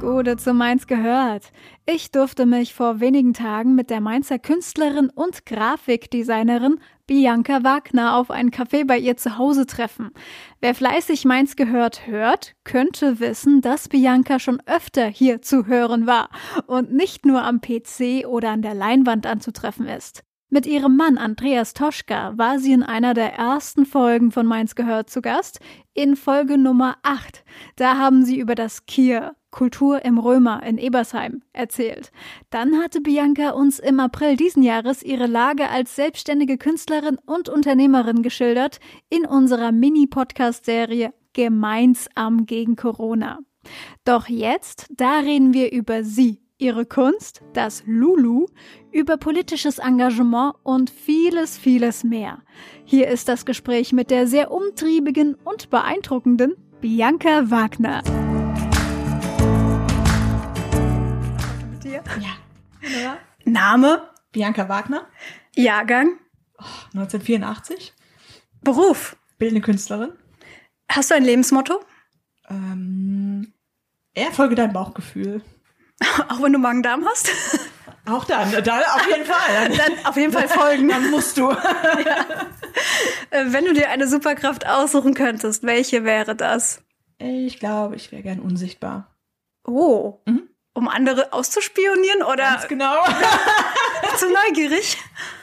Gute zu Mainz gehört. Ich durfte mich vor wenigen Tagen mit der Mainzer Künstlerin und Grafikdesignerin Bianca Wagner auf ein Café bei ihr zu Hause treffen. Wer fleißig Mainz gehört hört, könnte wissen, dass Bianca schon öfter hier zu hören war und nicht nur am PC oder an der Leinwand anzutreffen ist. Mit ihrem Mann Andreas Toschka war sie in einer der ersten Folgen von Mainz gehört zu Gast, in Folge Nummer 8. Da haben sie über das Kier, Kultur im Römer in Ebersheim, erzählt. Dann hatte Bianca uns im April diesen Jahres ihre Lage als selbstständige Künstlerin und Unternehmerin geschildert in unserer Mini-Podcast-Serie Gemeinsam gegen Corona. Doch jetzt, da reden wir über sie, ihre Kunst, das Lulu, über politisches Engagement und vieles, vieles mehr. Hier ist das Gespräch mit der sehr umtriebigen und beeindruckenden Bianca Wagner. Mit dir? Ja. Name? Bianca Wagner. Jahrgang? Oh, 1984. Beruf? Bildende Künstlerin. Hast du ein Lebensmotto? Ähm, er folge deinem Bauchgefühl. Auch wenn du Magen-Darm hast? Auch dann, äh, dann auf jeden Fall. Dann auf jeden Fall folgen. Dann musst du. Ja. Äh, Wenn du dir eine Superkraft aussuchen könntest, welche wäre das? Ich glaube, ich wäre gern unsichtbar. Oh, Mhm. um andere auszuspionieren oder Ganz genau. zu neugierig?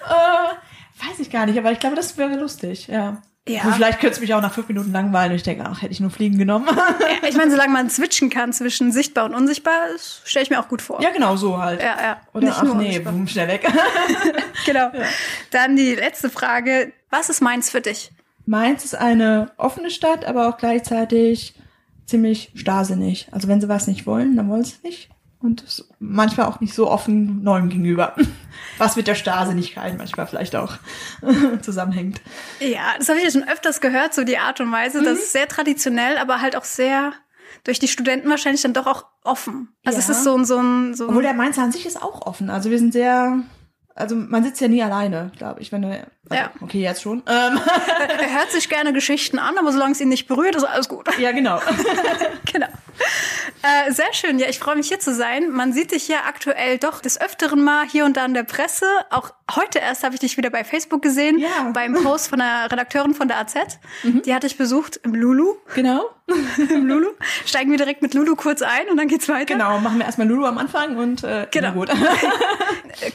äh, weiß ich gar nicht, aber ich glaube, das wäre lustig, ja. Ja. Und vielleicht könnte es mich auch nach fünf Minuten langweilen und ich denke, ach, hätte ich nur Fliegen genommen. Ja, ich meine, solange man switchen kann zwischen sichtbar und unsichtbar, stelle ich mir auch gut vor. ja, genau, so halt. Ja, ja. Oder Nicht ach nur nee, unsichtbar. boom, schnell weg. Genau. Dann die letzte Frage. Was ist meins für dich? Mainz ist eine offene Stadt, aber auch gleichzeitig ziemlich starrsinnig. Also wenn sie was nicht wollen, dann wollen sie es nicht. Und ist manchmal auch nicht so offen neuem gegenüber. Was mit der Starrsinnigkeit manchmal vielleicht auch zusammenhängt. Ja, das habe ich ja schon öfters gehört, so die Art und Weise. Das ist sehr traditionell, aber halt auch sehr durch die Studenten wahrscheinlich dann doch auch offen. Also es Ja. ist so ein, so ein, so Obwohl ein der Mainzer an sich ist auch offen. Also wir sind sehr, also man sitzt ja nie alleine, glaube ich. Wenn du, also, Ja. Okay, jetzt schon. Ähm, er hört sich gerne Geschichten an, aber solange es ihn nicht berührt, ist alles gut. ja, genau. genau. Äh, sehr schön. Ja, ich freue mich hier zu sein. Man sieht dich ja aktuell doch des Öfteren mal hier und da in der Presse. Auch heute erst habe ich dich wieder bei Facebook gesehen, Ja. beim Post von der Redakteurin von der AZ. Die hatte ich besucht im Lulu. Genau. Mhm. Im Lulu. Steigen wir direkt mit Lulu kurz ein und dann geht's weiter. Genau, machen wir erstmal Lulu am Anfang und äh, Genau. na gut.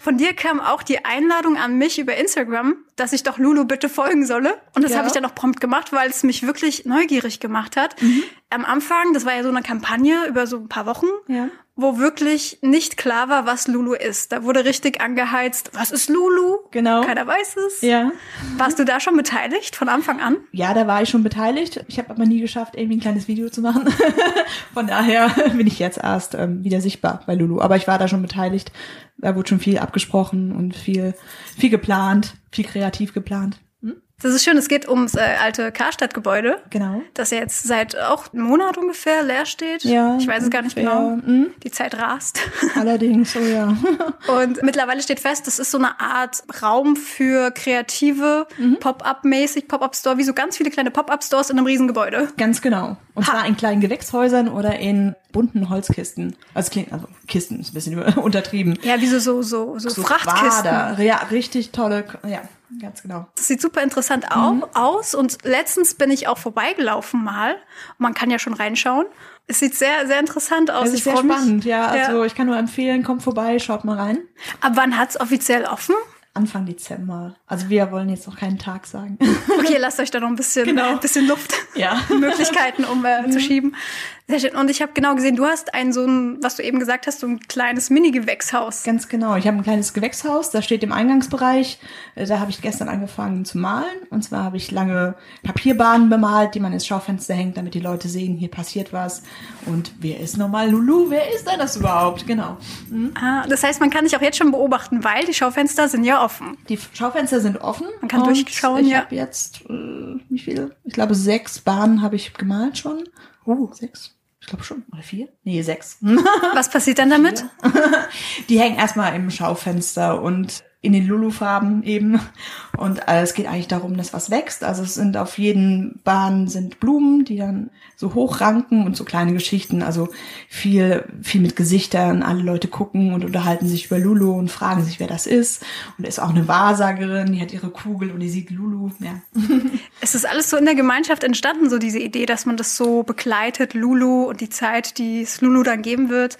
Von dir kam auch die Einladung an mich über Instagram, dass ich doch Lulu bitte folgen solle. Und das Ja. habe ich dann auch prompt gemacht, weil es mich wirklich neugierig gemacht hat. Mhm. Am Anfang, das war ja so eine Kampagne über so ein paar Wochen, Ja. wo wirklich nicht klar war, was Lulu ist. Da wurde richtig angeheizt, was ist Lulu? Genau. Keiner weiß es. ja. Warst du da schon beteiligt von Anfang an? Ja, da war ich schon beteiligt. Ich habe aber nie geschafft, irgendwie ein kleines Video zu machen. Von daher bin ich jetzt erst ähm, wieder sichtbar bei Lulu. Aber ich war da schon beteiligt. Da wurde schon viel abgesprochen und viel, viel geplant, viel kreativ geplant. Das ist schön, es geht ums äh, alte Karstadt-Gebäude, Genau. das ja jetzt seit auch einem Monat ungefähr leer steht. Ja, Ich weiß es gar nicht genau. ungefähr. Mhm. Die Zeit rast. Allerdings, oh ja. Und mittlerweile steht fest, das ist so eine Art Raum für kreative, Mhm. Pop-up-mäßig, Pop-up-Store, wie so ganz viele kleine Pop-up-Stores in einem Riesengebäude. Ganz genau. Und zwar in kleinen Gewächshäusern oder in bunten Holzkisten. Also klingt, also Kisten ist ein bisschen über- untertrieben. Ja, wie so, so, so, so, Frachtkisten. Quader. Ja, richtig tolle, ja, ganz genau. Das sieht super interessant au- Mhm. aus und letztens bin ich auch vorbeigelaufen mal. Man kann ja schon reinschauen. Es sieht sehr, sehr interessant aus. Das Also ich ist sehr also freu mich. spannend, ja. Also ich kann nur empfehlen, kommt vorbei, schaut mal rein. Ab wann hat's offiziell offen? Anfang Dezember. Also wir wollen jetzt noch keinen Tag sagen. Okay, lasst euch da noch ein bisschen, Genau. ein bisschen Luft, Ja. Möglichkeiten, um äh, zu schieben. Sehr schön. Und ich habe genau gesehen, du hast ein so ein, was du eben gesagt hast, so ein kleines Mini-Gewächshaus. Ganz genau. Ich habe ein kleines Gewächshaus, da steht im Eingangsbereich. Äh, Da habe ich gestern angefangen zu malen. Und zwar habe ich lange Papierbahnen bemalt, die man ins Schaufenster hängt, damit die Leute sehen, hier passiert was. Und wer ist nochmal Lulu? Wer ist denn das überhaupt? Genau. Ah, das heißt, man kann dich auch jetzt schon beobachten, weil die Schaufenster sind ja offen. Die Schaufenster sind offen. Man kann und durchschauen, ich ja. habe jetzt, äh, wie viele? Ich glaube, sechs Bahnen habe ich gemalt schon. Oh, Uh. sechs? Ich glaube schon. Oder vier? Nee, sechs. Hm. Was passiert dann damit? Die hängen erstmal im Schaufenster und in den Lulu-Farben eben. Und äh, es geht eigentlich darum, dass was wächst. Also es sind auf jeden Bahn sind Blumen, die dann so hochranken und so kleine Geschichten. Also viel, viel mit Gesichtern. Alle Leute gucken und unterhalten sich über Lulu und fragen sich, wer das ist. Und da ist auch eine Wahrsagerin, die hat ihre Kugel und die sieht Lulu. Ja. Es ist alles so in der Gemeinschaft entstanden, so diese Idee, dass man das so begleitet, Lulu und die Zeit, die es Lulu dann geben wird,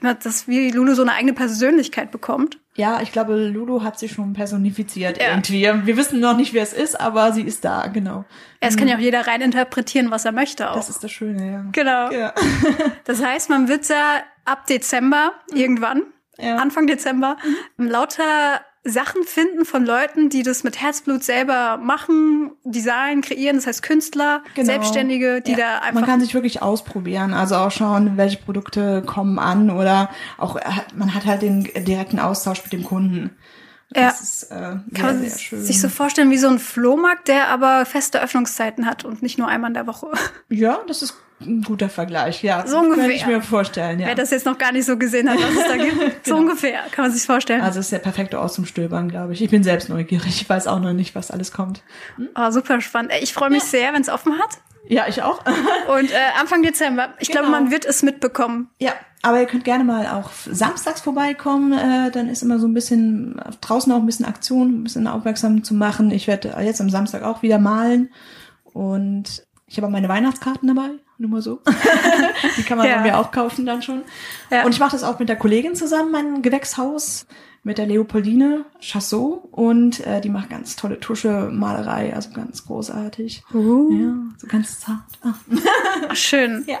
immer, dass wie Lulu so eine eigene Persönlichkeit bekommt. Ja, ich glaube, Lulu hat sie schon personifiziert Ja. irgendwie. Wir wissen noch nicht, wer es ist, aber sie ist da, genau. Es kann ja auch jeder rein interpretieren, was er möchte auch. Das ist das Schöne, ja. genau. Ja. Das heißt, man wird da ab Dezember irgendwann, Mhm. Ja. Mhm. Anfang Dezember, lauter Sachen finden von Leuten, die das mit Herzblut selber machen, Design, kreieren, das heißt Künstler, Genau. Selbstständige, die Ja. da Man einfach kann sich wirklich ausprobieren, also auch schauen, welche Produkte kommen an oder auch, äh, man hat halt den direkten Austausch mit dem Kunden. Ja. Das ist äh, sehr, kann man sehr schön. sich so vorstellen wie so ein Flohmarkt, der aber feste Öffnungszeiten hat und nicht nur einmal in der Woche. ja, das ist ein guter Vergleich, ja. So ungefähr. Könnte ich mir vorstellen, ja. Wer das jetzt noch gar nicht so gesehen hat, was es da gibt, so ungefähr, kann man sich vorstellen. Genau. also es ist der perfekte Ort zum Stöbern, glaube ich. Ich bin selbst neugierig, ich weiß auch noch nicht, was alles kommt. Ah, super spannend. Ey, Ich freue mich sehr, wenn es offen hat. Ja, ich auch. Und äh, Anfang Dezember. Ich glaube, Genau. man wird es mitbekommen. Ja, aber ihr könnt gerne mal auch samstags vorbeikommen. Äh, dann ist immer so ein bisschen draußen auch ein bisschen Aktion, ein bisschen aufmerksam zu machen. Ich werde jetzt am Samstag auch wieder malen und ich habe auch meine Weihnachtskarten dabei, nur mal so. Die kann man Ja. bei mir auch kaufen dann schon. Ja. Und ich mache das auch mit der Kollegin zusammen, mein Gewächshaus mit der Leopoldine Chassot und äh, die macht ganz tolle Tuschemalerei, also ganz großartig. Ja, so ganz zart. Ah, Ach, schön. ja,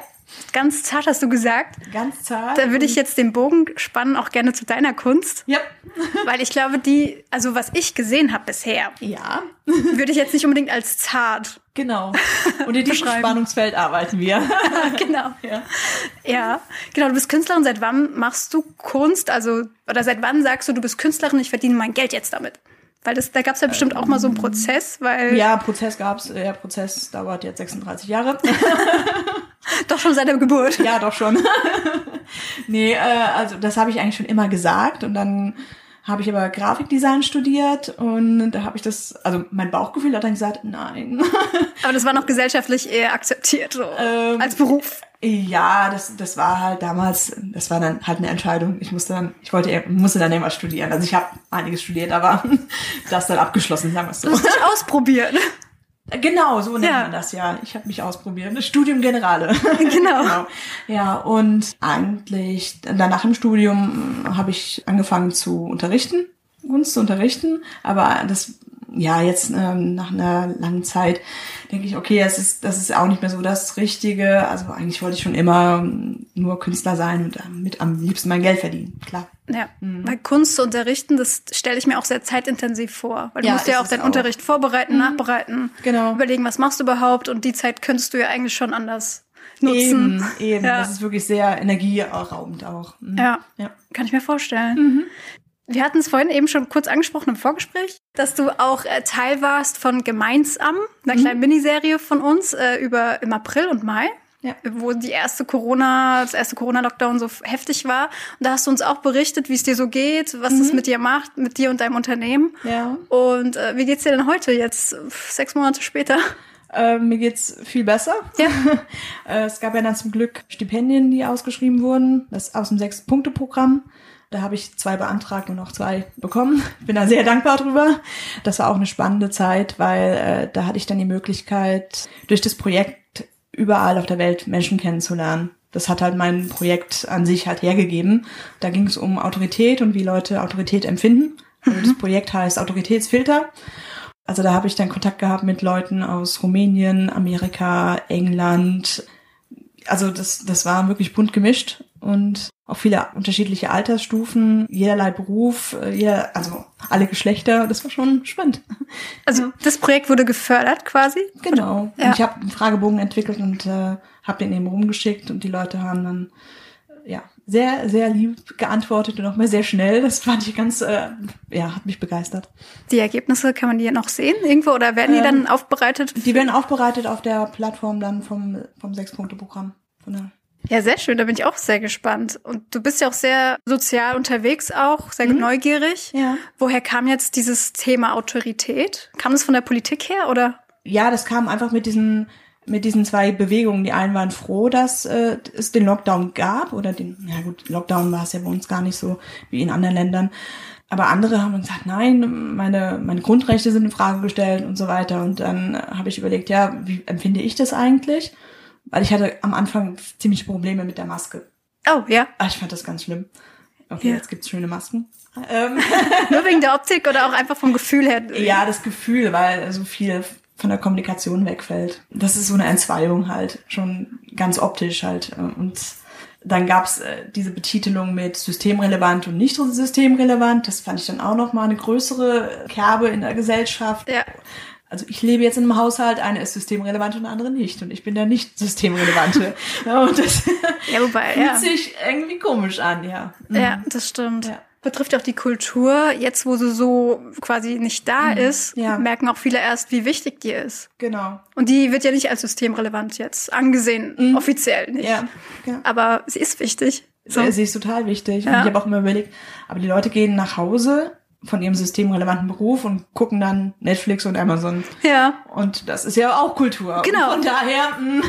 Ganz zart hast du gesagt. ganz zart. Da würde ich jetzt den Bogen spannen, auch gerne zu deiner Kunst. Ja. Weil ich glaube, die, also was ich gesehen habe bisher, Ja, würde ich jetzt nicht unbedingt als zart. Genau. Und in diesem Beschreiben. Spannungsfeld arbeiten wir. genau. Ja. Ja. Genau, du bist Künstlerin. Seit wann machst du Kunst? Also, oder seit wann sagst du, du bist Künstlerin, ich verdiene mein Geld jetzt damit? Weil das, da gab es ja bestimmt auch mal so einen Prozess, weil Ja, Prozess gab's. Der Prozess dauert jetzt 36 Jahre. doch schon seit der Geburt. ja, doch schon. nee, äh, also das habe ich eigentlich schon immer gesagt. Und dann habe ich aber Grafikdesign studiert und da habe ich das, also mein Bauchgefühl hat dann gesagt, nein. Aber das war noch gesellschaftlich eher akzeptiert, so Ähm, als Beruf. ja, das, das war halt damals, das war dann halt eine Entscheidung. Ich musste dann, ich wollte, musste dann irgendwas studieren. Also ich habe einiges studiert, aber das dann abgeschlossen, sagen wir es so. Du musst dich ausprobieren. Genau, so nennt Ja. man das ja. Ich habe mich ausprobiert. Das Studium Generale. Genau. Ja, und eigentlich danach im Studium habe ich angefangen zu unterrichten, uns zu unterrichten. Aber das, ja, jetzt ähm, nach einer langen Zeit denke ich, okay, es ist, das ist auch nicht mehr so das Richtige. Also eigentlich wollte ich schon immer ähm, nur Künstler sein und ähm, mit am liebsten mein Geld verdienen. Klar. Ja, Mhm. weil Kunst zu unterrichten, das stelle ich mir auch sehr zeitintensiv vor. Weil du Ja, musst ja ist auch es deinen auch. Mhm. Unterricht vorbereiten, nachbereiten, Genau. überlegen, was machst du überhaupt und die Zeit könntest du ja eigentlich schon anders nutzen. Eben, eben. Ja. Das ist wirklich sehr energieraubend auch. Mhm. Ja. ja. Kann ich mir vorstellen. Wir hatten es vorhin eben schon kurz angesprochen im Vorgespräch, dass du auch äh, Teil warst von Gemeinsam, einer kleinen Miniserie von uns äh, über im April und Mai. Ja. wo die erste Corona, das erste Corona-Lockdown so f- heftig war. Und da hast du uns auch berichtet, wie es dir so geht, was es mit dir macht, mit dir und deinem Unternehmen. Ja. Und äh, wie geht's dir denn heute jetzt, äh, sechs Monate später? Ähm, mir geht's viel besser. Ja. Äh, es gab ja dann zum Glück Stipendien, die ausgeschrieben wurden. Das ist aus dem Sechs-Punkte-Programm. Da habe ich zwei beantragt und auch zwei bekommen. Ich bin da sehr dankbar drüber. Das war auch eine spannende Zeit, weil äh, da hatte ich dann die Möglichkeit, durch das Projekt überall auf der Welt Menschen kennenzulernen. Das hat halt mein Projekt an sich halt hergegeben. Da ging es um Autorität und wie Leute Autorität empfinden. Also Das Projekt heißt Autoritätsfilter. Also da habe ich dann Kontakt gehabt mit Leuten aus Rumänien, Amerika, England. Also das, das war wirklich bunt gemischt und auch viele unterschiedliche Altersstufen, jederlei Beruf, äh, jeder, also alle Geschlechter. Das war schon spannend. Also das Projekt wurde gefördert quasi. Genau. Ja. Und ich habe einen Fragebogen entwickelt und äh, habe den eben rumgeschickt und die Leute haben dann äh, ja sehr, sehr lieb geantwortet und auch mal sehr schnell. Das fand ich ganz, äh, ja, hat mich begeistert. Die Ergebnisse kann man die noch sehen irgendwo oder werden die Ähm, dann aufbereitet? Die werden aufbereitet auf der Plattform dann vom, vom Sechs-Punkte-Programm. Von der- Ja, sehr schön, da bin ich auch sehr gespannt. Und du bist ja auch sehr sozial unterwegs auch, sehr neugierig. Mhm. Ja. Woher kam jetzt dieses Thema Autorität? Kam es von der Politik her oder? Ja, das kam einfach mit diesen, mit diesen zwei Bewegungen. Die einen waren froh, dass äh, es den Lockdown gab oder den, ja gut, Lockdown war es ja bei uns gar nicht so wie in anderen Ländern. Aber andere haben gesagt, nein, meine, meine Grundrechte sind in Frage gestellt und so weiter. Und dann äh, habe ich überlegt, ja, wie empfinde ich das eigentlich? Weil ich hatte am Anfang ziemlich Probleme mit der Maske. Oh ja, Ah, ich fand das ganz schlimm. Okay, Ja. jetzt gibt's schöne Masken. Ähm. nur wegen der Optik oder auch einfach vom Gefühl her. Ja, das Gefühl, weil so viel von der Kommunikation wegfällt. Das ist so eine Entzweiung halt, schon ganz optisch halt. Und dann gab's äh, diese Betitelung mit systemrelevant und nicht systemrelevant. Das fand ich dann auch nochmal eine größere Kerbe in der Gesellschaft. Ja. Also ich lebe jetzt in einem Haushalt, eine ist systemrelevant und eine andere nicht. Und ich bin der nicht systemrelevante. Ja, und das Ja, wobei, fühlt ja. sich irgendwie komisch an, ja. Ja, das stimmt. Ja. Betrifft ja auch die Kultur. Jetzt, wo sie so quasi nicht da ist, Mhm. Ja. merken auch viele erst, wie wichtig die ist. Genau. Und die wird ja nicht als systemrelevant jetzt angesehen, offiziell nicht. Mhm. Ja. ja. Aber sie ist wichtig. So. Sie ist total wichtig. Und Ja. ich habe auch immer überlegt, aber die Leute gehen nach Hause von ihrem systemrelevanten Beruf und gucken dann Netflix und Amazon. Ja, Und das ist ja auch Kultur. Genau. Und von daher, hm, mh,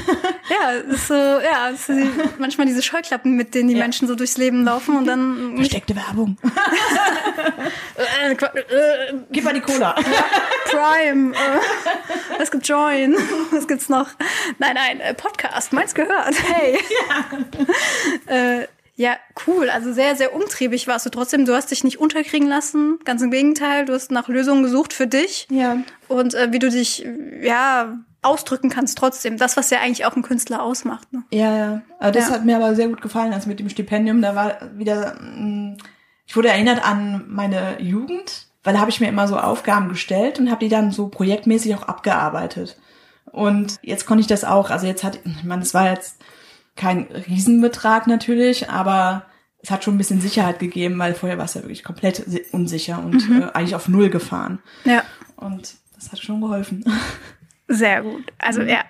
ja, es ist so, ja, es ist manchmal diese Scheuklappen, mit denen die Ja. Menschen so durchs Leben laufen und dann nicht, versteckte Werbung. äh, Qua- äh, Gib mal die Cola. Prime, äh, es gibt Join, was gibt's noch? Nein, nein, äh, Podcast, meins gehört, hey. Ja. Äh, ja, cool, also sehr, sehr umtriebig warst du trotzdem. Du hast dich nicht unterkriegen lassen, ganz im Gegenteil, du hast nach Lösungen gesucht für dich. ja. und äh, wie du dich ja ausdrücken kannst trotzdem. Das, was ja eigentlich auch einen Künstler ausmacht. Ne? Ja, ja. Aber das Ja. hat mir aber sehr gut gefallen, also mit dem Stipendium. Da war wieder, mh, ich wurde erinnert an meine Jugend, weil da habe ich mir immer so Aufgaben gestellt und habe die dann so projektmäßig auch abgearbeitet. Und jetzt konnte ich das auch. Also jetzt hat, ich meine, es war jetzt kein Riesenbetrag natürlich, aber es hat schon ein bisschen Sicherheit gegeben, weil vorher war es ja wirklich komplett si- unsicher und äh, eigentlich auf Null gefahren. Ja, Und das hat schon geholfen. sehr gut. Also Mhm. ja,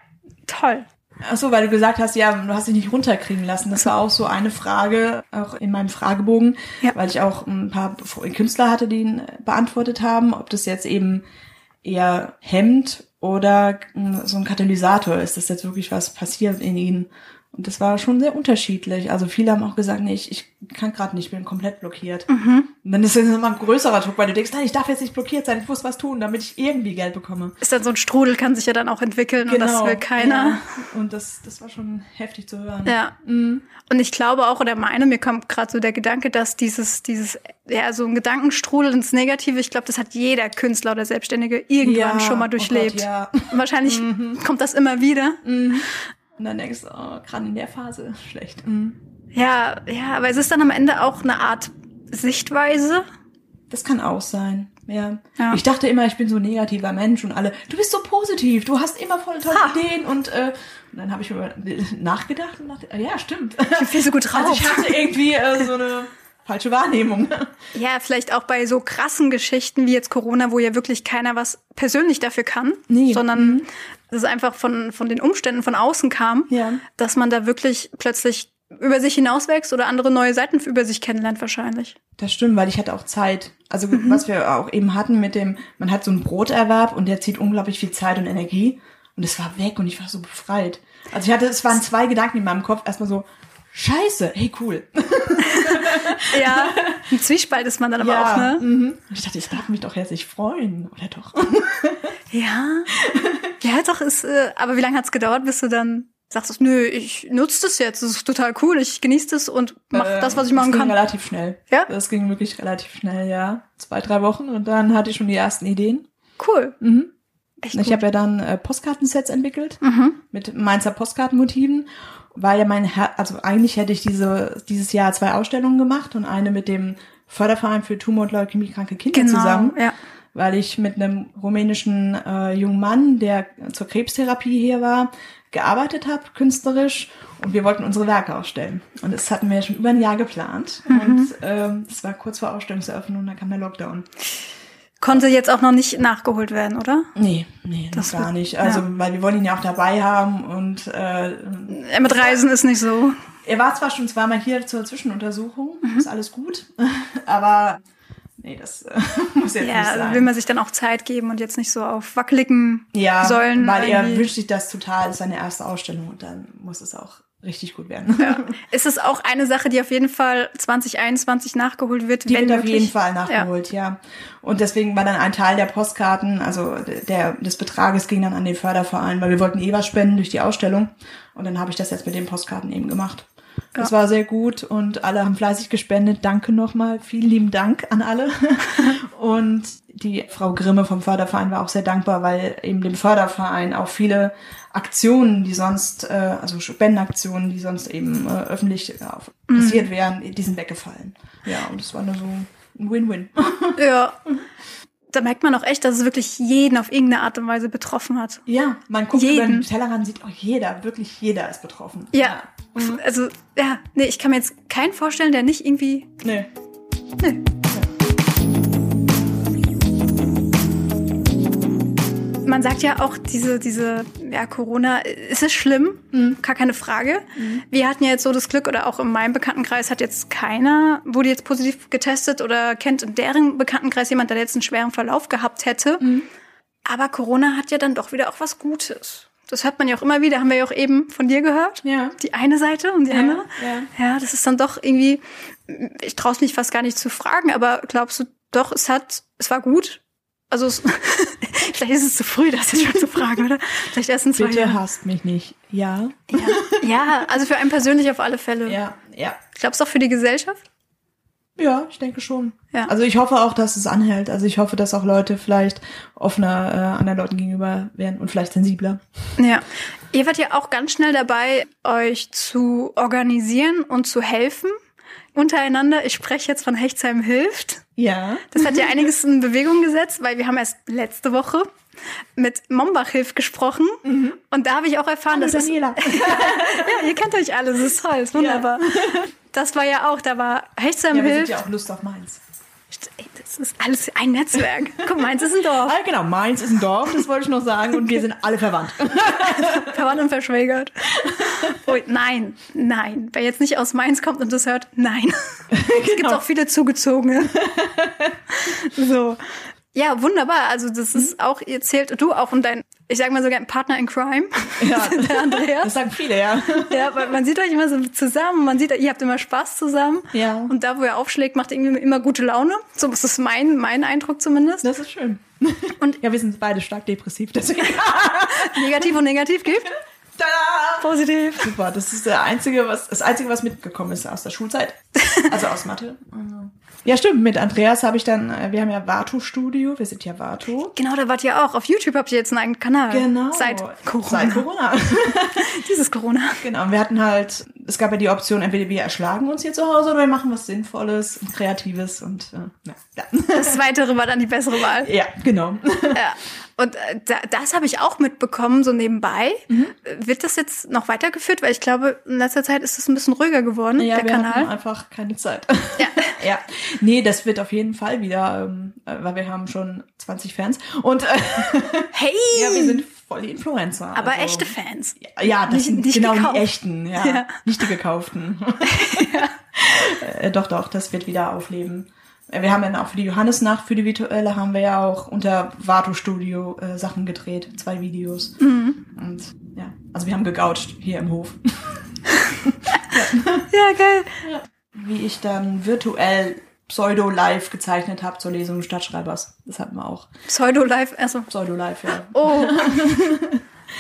toll. Ach so, weil du gesagt hast, ja, du hast dich nicht runterkriegen lassen. Das war auch so eine Frage, auch in meinem Fragebogen, Ja. weil ich auch ein paar Künstler hatte, die ihn beantwortet haben, ob das jetzt eben eher hemmt oder mm, so ein Katalysator ist, dass jetzt wirklich was passiert in ihnen. Und das war schon sehr unterschiedlich. Also viele haben auch gesagt, nee, ich, ich kann gerade nicht, bin komplett blockiert. Und dann ist es immer ein größerer Druck, weil du denkst, nein, ich darf jetzt nicht blockiert sein, ich muss was tun, damit ich irgendwie Geld bekomme. Ist dann so ein Strudel, kann sich ja dann auch entwickeln und Genau, das will keiner. Ja. Und das, das war schon heftig zu hören. Mhm. Ja. Und ich glaube auch oder meine, mir kommt gerade so der Gedanke, dass dieses, dieses, ja, so ein Gedankenstrudel ins Negative, ich glaube, das hat jeder Künstler oder Selbstständige irgendwann Ja, schon mal oh durchlebt. Gott, ja. Mhm. Und wahrscheinlich kommt das immer wieder. Und dann denkst du, oh, gerade in der Phase, schlecht. Mhm. Ja, ja, aber es ist dann am Ende auch eine Art Sichtweise. Das kann auch sein. Ja. Ja. Ich dachte immer, ich bin so ein negativer Mensch und alle, du bist so positiv, du hast immer voll tolle Ideen und, äh, und dann habe ich über nachgedacht und dachte, ja, stimmt. Ich bin so gut drauf. Also ich hatte irgendwie äh, so eine falsche Wahrnehmung. Ja, vielleicht auch bei so krassen Geschichten wie jetzt Corona, wo ja wirklich keiner was persönlich dafür kann, Nee. Mhm. sondern es ist einfach von, von den Umständen von außen kam, Ja. dass man da wirklich plötzlich über sich hinauswächst oder andere neue Seiten über sich kennenlernt wahrscheinlich. Das stimmt, weil ich hatte auch Zeit. Also Mhm. was wir auch eben hatten mit dem, man hat so einen Broterwerb und der zieht unglaublich viel Zeit und Energie und es war weg und ich war so befreit. Also ich hatte, es waren zwei Gedanken in meinem Kopf. Erstmal so, scheiße, hey cool. Ja, ein Zwiespalt ist man dann aber auch, ne? mhm. Ich dachte, ich darf mich doch jetzt nicht freuen, oder doch? Ja. Ja, doch, ist, äh, aber wie lange hat's gedauert, bis du dann sagst du, nö, ich nutze das jetzt, das ist total cool, ich genieße das und mache Äh, das, was ich machen das kann. Ging relativ schnell. Ja? Das ging wirklich relativ schnell, ja. Zwei, drei Wochen und dann hatte ich schon die ersten Ideen. Cool. Mhm. Echt Ich gut. habe ja dann äh, Postkartensets entwickelt Mhm. mit Mainzer Postkartenmotiven, weil ja mein Her also eigentlich hätte ich diese, dieses Jahr zwei Ausstellungen gemacht und eine mit dem Förderverein für Tumor- und Leukämiekranke Kinder Genau. zusammen, Ja. weil ich mit einem rumänischen äh, jungen Mann, der zur Krebstherapie hier war, gearbeitet habe, künstlerisch, und wir wollten unsere Werke ausstellen. Und das hatten wir ja schon über ein Jahr geplant. Und ähm, es war kurz vor Ausstellungseröffnung und dann kam der Lockdown. Konnte jetzt auch noch nicht nachgeholt werden, oder? Nee, nee, Das das wird- gar nicht. Also, ja. weil wir wollen ihn ja auch dabei haben und äh, Äh, Mit Reisen ist nicht so. er war zwar schon zweimal hier zur Zwischenuntersuchung, Mhm. ist alles gut, aber nee, das äh, muss jetzt nicht Ja, also sein. will man sich dann auch Zeit geben und jetzt nicht so auf wackeligen ja, sollen weil er irgendwie- wünscht sich das total, ist seine erste Ausstellung und dann muss es auch richtig gut werden. Ist es auch eine Sache, die auf jeden Fall 2021 nachgeholt wird, Die wenn wird auf möglich? jeden Fall nachgeholt, ja. Und deswegen war dann ein Teil der Postkarten, also der, des Betrages ging dann an den Förderverein, weil wir wollten eh was spenden durch die Ausstellung. Und dann habe ich das jetzt mit den Postkarten eben gemacht. Das war sehr gut und alle haben fleißig gespendet. Danke nochmal. Vielen lieben Dank an alle. und die Frau Grimme vom Förderverein war auch sehr dankbar, weil eben dem Förderverein auch viele Aktionen, die sonst, äh, also Spendenaktionen, die sonst eben äh, öffentlich äh, auf- passiert wären, die sind weggefallen. Ja, und es war nur so ein Win-Win. Ja. Da merkt man auch echt, dass es wirklich jeden auf irgendeine Art und Weise betroffen hat. Ja, man guckt Jeden. über den Tellerrand, sieht auch jeder, wirklich jeder ist betroffen. Ja. Also, ja, nee, ich kann mir jetzt keinen vorstellen, der nicht irgendwie. Nee. Nee. Man sagt ja auch, diese, diese, ja, Corona, äh, es ist schlimm, gar keine Frage. Wir hatten ja jetzt so das Glück, oder auch in meinem Bekanntenkreis hat jetzt keiner, wurde jetzt positiv getestet oder kennt in deren Bekanntenkreis jemand, der jetzt einen schweren Verlauf gehabt hätte. Aber Corona hat ja dann doch wieder auch was Gutes. Das hört man ja auch immer wieder, haben wir ja auch eben von dir gehört. Ja. Die eine Seite und die Ja, andere. ja. ja, das ist dann doch irgendwie, ich traue es mich fast gar nicht zu fragen, aber glaubst du doch, es hat, es war gut? Also es, vielleicht ist es zu früh, das jetzt schon zu fragen, oder? Vielleicht erst in zwei Bitte Jahren. hasst mich nicht. Ja. Ja. ja, also für einen persönlich auf alle Fälle. Ja, ja. Glaubst du auch für die Gesellschaft? Ja, ich denke schon. Ja. Also ich hoffe auch, dass es anhält. Also ich hoffe, dass auch Leute vielleicht offener äh, anderen Leuten gegenüber werden und vielleicht sensibler. Ja. Ihr wart ja auch ganz schnell dabei, euch zu organisieren und zu helfen untereinander. Ich spreche jetzt von Hechtsheim hilft. Ja. Das hat ja einiges in Bewegung gesetzt, weil wir haben erst letzte Woche mit Mombach Hilf gesprochen Mhm. und da habe ich auch erfahren, Hallo dass es, ja, Daniela. ihr kennt euch alle, das ist toll, ist wunderbar. Das war ja auch, da war Hechtsheim ja, wir sind Hilf. ja auch Lust auf Mainz. Ey, Das ist alles ein Netzwerk. Guck mal, eins ist ein Dorf. Ah, genau, Mainz ist ein Dorf, das wollte ich noch sagen. Und wir sind alle verwandt. verwandt und verschwägert. Oh, nein, nein. Wer jetzt nicht aus Mainz kommt und das hört, nein. Es Genau. gibt auch viele Zugezogene. so. Ja, wunderbar. Also das ist Mhm. auch, ihr zählt du auch und dein, ich sag mal sogar ein Partner in Crime, Ja. der Das Andreas. sagen viele, ja. Ja, weil man sieht euch immer so zusammen, man sieht, ihr habt immer Spaß zusammen. Ja. Und da, wo ihr aufschlägt, macht ihr irgendwie immer gute Laune. So ist das mein, mein Eindruck zumindest. Das ist schön. Und- ja, wir sind beide stark depressiv, deswegen. Negativ und negativ gibt. Tada! Positiv. Super, das ist der einzige, was, das Einzige, was mitgekommen ist aus der Schulzeit. Also aus Mathe. Ja, stimmt. Mit Andreas habe ich dann, äh, wir haben ja Vato-Studio, wir sind ja Vato. Genau, da wart ihr auch. Auf YouTube habt ihr jetzt einen eigenen Kanal. Seit Corona. Genau. Seit Corona. Dieses Corona. genau. Und wir hatten halt, es gab ja die Option, entweder wir erschlagen uns hier zu Hause oder wir machen was Sinnvolles und Kreatives und äh, na, ja. Das Weitere war dann die bessere Wahl. ja, genau. Ja. Und äh, da, das habe ich auch mitbekommen, so nebenbei. Mhm. Äh, Wird das jetzt noch weitergeführt? Weil ich glaube, in letzter Zeit ist es ein bisschen ruhiger geworden, Ja, der wir hatten Kanal. einfach keine Zeit. Ja. ja. Nee, das wird auf jeden Fall wieder, ähm, äh, weil wir haben schon 20 Fans und äh, Hey! ja, wir sind voll die Influencer. aber also- echte Fans. Ja, Ja, das Nicht- sind nicht genau gekauft. die echten, ja, Ja. Nicht die gekauften. äh, doch, doch, das wird wieder aufleben. Äh, Wir haben dann auch für die Johannesnacht, für die virtuelle, haben wir ja auch unter Vato Studio äh, Sachen gedreht, zwei Videos. Mhm. Und ja, also wir haben gegoucht hier im Hof. Ja, geil. wie ich dann virtuell pseudo-live gezeichnet habe zur Lesung des Stadtschreibers. Das hatten wir auch. Pseudo-Live. Also, Pseudo-live, ja. oh.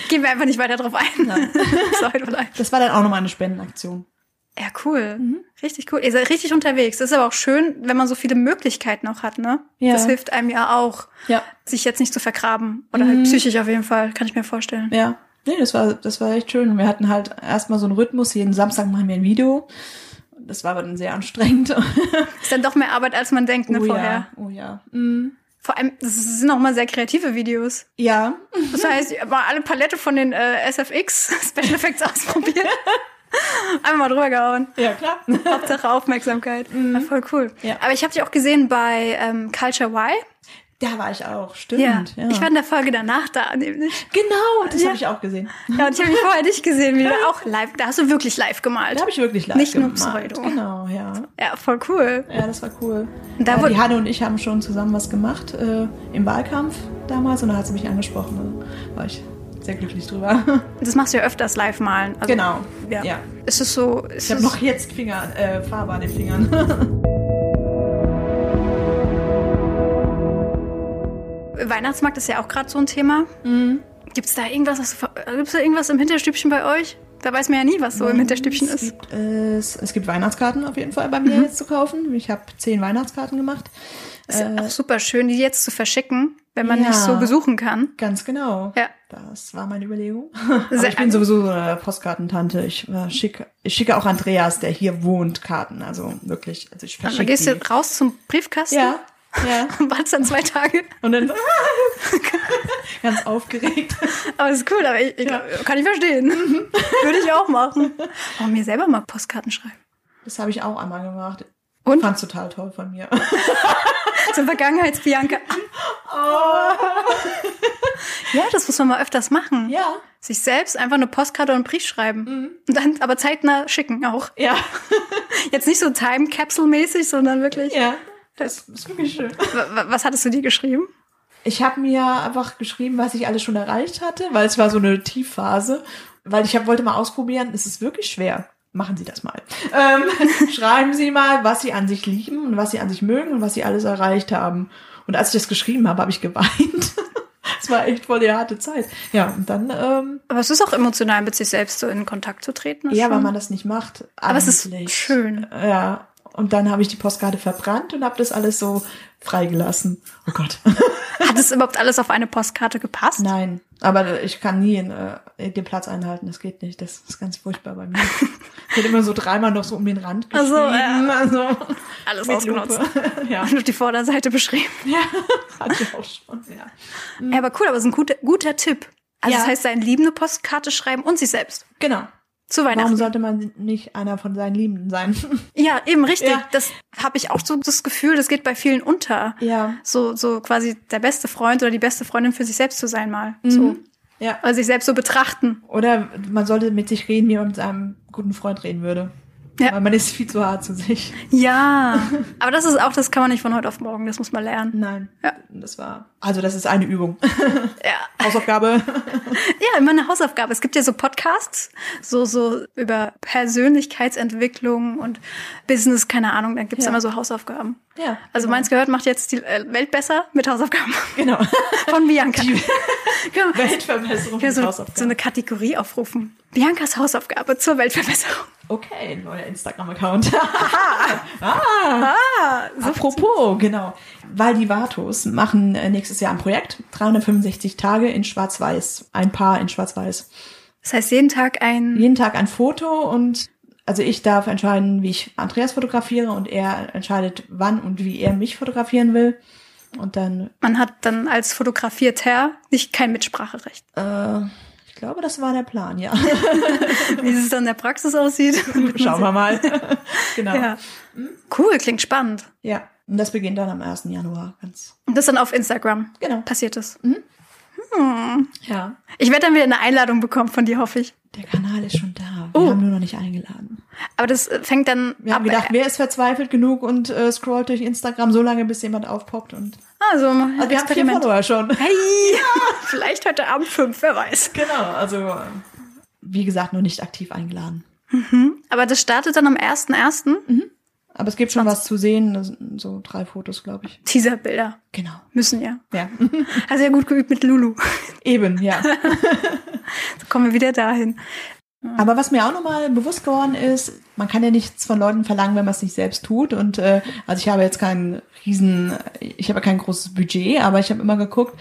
Gehen wir einfach nicht weiter drauf ein. Nein. Sorry, tut mir leid. Das war dann auch nochmal eine Spendenaktion. ja, cool. Mhm. Richtig cool. Ihr seid richtig unterwegs. Das ist aber auch schön, wenn man so viele Möglichkeiten auch hat, ne? Ja. Das hilft einem ja auch, Ja. sich jetzt nicht zu vergraben. Oder Mhm. halt psychisch auf jeden Fall, kann ich mir vorstellen. Ja. Nee, das war, das war echt schön. Wir hatten halt erstmal so einen Rhythmus. Jeden Samstag machen wir ein Video. Das war aber dann sehr anstrengend. Ist dann doch mehr Arbeit, als man denkt, ne, oh vorher. ja. Oh ja. Mhm. Vor allem, das sind auch mal sehr kreative Videos. Ja. Das heißt, mal alle Palette von den äh, SFX Special Effects ausprobiert. Einmal mal drüber gehauen. Ja, klar. Hauptsache Aufmerksamkeit. War voll cool. Mhm. Ja. Aber ich habe dich auch gesehen bei ähm, Culture Y. Da war ich auch. Stimmt. Ja. Ich war in der Folge danach da, nämlich. genau, das Ja. habe ich auch gesehen. Ja, und ich habe mich vorher dich gesehen, wieder auch live. Da hast du wirklich live gemalt. Da habe ich wirklich live Nicht nur gemalt. Pseudo. Genau, ja. Ja, voll cool. Ja, das war cool. Und da ja, wurde- die Hanne und ich haben schon zusammen was gemacht äh, im Wahlkampf damals und da hat sie mich angesprochen. Also war ich sehr glücklich drüber. Das machst du ja öfters live malen. Also, genau. Ja. ja. Ist es so. Ist Ich habe es, noch jetzt Finger, äh, Farbe an den Fingern. Weihnachtsmarkt ist ja auch gerade so ein Thema. Mhm. Gibt es da irgendwas, was du ver- gibt's da irgendwas im Hinterstübchen bei euch? Da weiß man ja nie, was so Mhm. im Hinterstübchen es, ist. Mhm. gibt, äh, es, es gibt Weihnachtskarten auf jeden Fall bei mir jetzt zu kaufen. Ich habe zehn Weihnachtskarten gemacht. Ist ja auch super schön, die jetzt zu verschicken, wenn man Äh. ja. nicht so besuchen kann. Ganz genau. Ja. Das war meine Überlegung. Sehr- Aber ich bin sowieso so eine Postkartentante. Ich, äh, schicke, ich schicke auch Andreas, der hier wohnt, Karten. Also wirklich. Also ich Also, da verschicke gehst du die. raus zum Briefkasten Ja, ja. und wartest dann zwei Tage. Und dann ganz aufgeregt. Aber das ist cool, aber ich, ich, kann ich verstehen. Mhm. Würde ich auch machen. Oh, mir selber mal Postkarten schreiben. Das habe ich auch einmal gemacht. Und? Fand's total toll von mir. Zum Vergangenheits-Bianca. Oh. Ja, das muss man mal öfters machen. Ja. Mhm. Sich selbst einfach eine Postkarte und einen Brief schreiben. Und dann aber zeitnah schicken auch. Ja. Jetzt nicht so Time-Capsule-mäßig, sondern wirklich. Ja. Das ist wirklich schön. W- w- Was hattest du dir geschrieben? Ich habe mir einfach geschrieben, was ich alles schon erreicht hatte, weil es war so eine Tiefphase. Weil ich hab, wollte mal ausprobieren, es ist wirklich schwer. Machen Sie das mal. Ähm, schreiben Sie mal, was Sie an sich lieben und was Sie an sich mögen und was Sie alles erreicht haben. Und als ich das geschrieben habe, habe ich geweint. Es war echt voll die harte Zeit. Ja, und dann ähm, Aber es ist auch emotional, mit sich selbst so in Kontakt zu treten. ist Ja, schon- weil man das nicht macht. Aber es ist eigentlich. schön. Ja. Und dann habe ich die Postkarte verbrannt und habe das alles so freigelassen. Oh Gott. Hat es überhaupt alles auf eine Postkarte gepasst? Nein. Aber ich kann nie äh, den Platz einhalten. Das geht nicht. Das ist ganz furchtbar bei mir. Ich wird immer so dreimal noch so um den Rand Ach geschrieben. so, ja. Also, Alles mit ausgenutzt. Lupe. ja. Nur die Vorderseite beschrieben. ja. Hatte ich auch schon. Ja. Ja, aber cool, aber es ist ein guter, guter Tipp. Also Ja. das heißt, seinen Lieben eine Postkarte schreiben und sich selbst. Genau. Zu Warum Weihnachten. sollte man nicht einer von seinen Liebenden sein? Ja, eben richtig. Ja. Das habe ich auch so das Gefühl, das geht bei vielen unter. ja. So, so quasi der beste Freund oder die beste Freundin für sich selbst zu sein mal. Mhm. So. Ja. Oder sich selbst so betrachten. Oder man sollte mit sich reden, wie man mit seinem guten Freund reden würde. Ja. Weil man ist viel zu hart zu sich. Ja. aber das ist auch, das kann man nicht von heute auf morgen, das muss man lernen. Nein. Ja. Das war. Also das ist eine Übung. Ja. Hausaufgabe. Ja, immer eine Hausaufgabe. Es gibt ja so Podcasts, so, so über Persönlichkeitsentwicklung und Business, keine Ahnung, dann gibt's Ja. immer so Hausaufgaben. Ja. Also meins gehört macht jetzt die äh, Welt besser mit Hausaufgaben Genau. von Bianca. Genau. Weltverbesserung. Ja, mit so, so Hausaufgaben. eine Kategorie aufrufen. Biancas Hausaufgabe zur Weltverbesserung. okay, neuer Instagram-Account. Ah. Apropos, genau. Weil die Vatos machen äh, nächstes Jahr ein Projekt. 365 Tage in Schwarz-Weiß. Ein Paar in Schwarz-Weiß. Das heißt jeden Tag ein. jeden Tag ein Foto und also ich darf entscheiden, wie ich Andreas fotografiere und er entscheidet, wann und wie er mich fotografieren will. Und dann, Man hat dann als Fotografierter nicht kein Mitspracherecht. äh, ich glaube, das war der Plan, ja. Wie es dann in der Praxis aussieht. Schauen wir mal. genau. Ja. Ja. Cool, klingt spannend. Und das beginnt dann am 1. Januar, ganz. Und das dann auf Instagram Genau. passiert ist. Ja. Ich werde dann wieder eine Einladung bekommen von dir, hoffe ich. Der Kanal ist schon da. Wir Oh. haben nur noch nicht eingeladen. Aber das äh, fängt dann Wir haben gedacht, wer ist verzweifelt genug und äh, scrollt durch Instagram so lange, bis jemand aufpoppt und. also, ein Also wir haben vier Experiment. Follower schon. hey, vielleicht heute Abend fünf, wer weiß. Genau, also äh, wie gesagt, nur nicht aktiv eingeladen. Mhm. Aber das startet dann am 1.1. Aber es gibt schon was zu sehen, das sind so drei Fotos, glaube ich. Teaserbilder Genau. müssen ja. Ja, Hast ja gut geübt mit Lulu. eben, ja. So kommen wir wieder dahin. Mhm. Aber was mir auch nochmal bewusst geworden ist, man kann ja nichts von Leuten verlangen, wenn man es nicht selbst tut. Und äh, also ich habe jetzt keinen riesen, ich habe kein großes Budget, aber ich habe immer geguckt,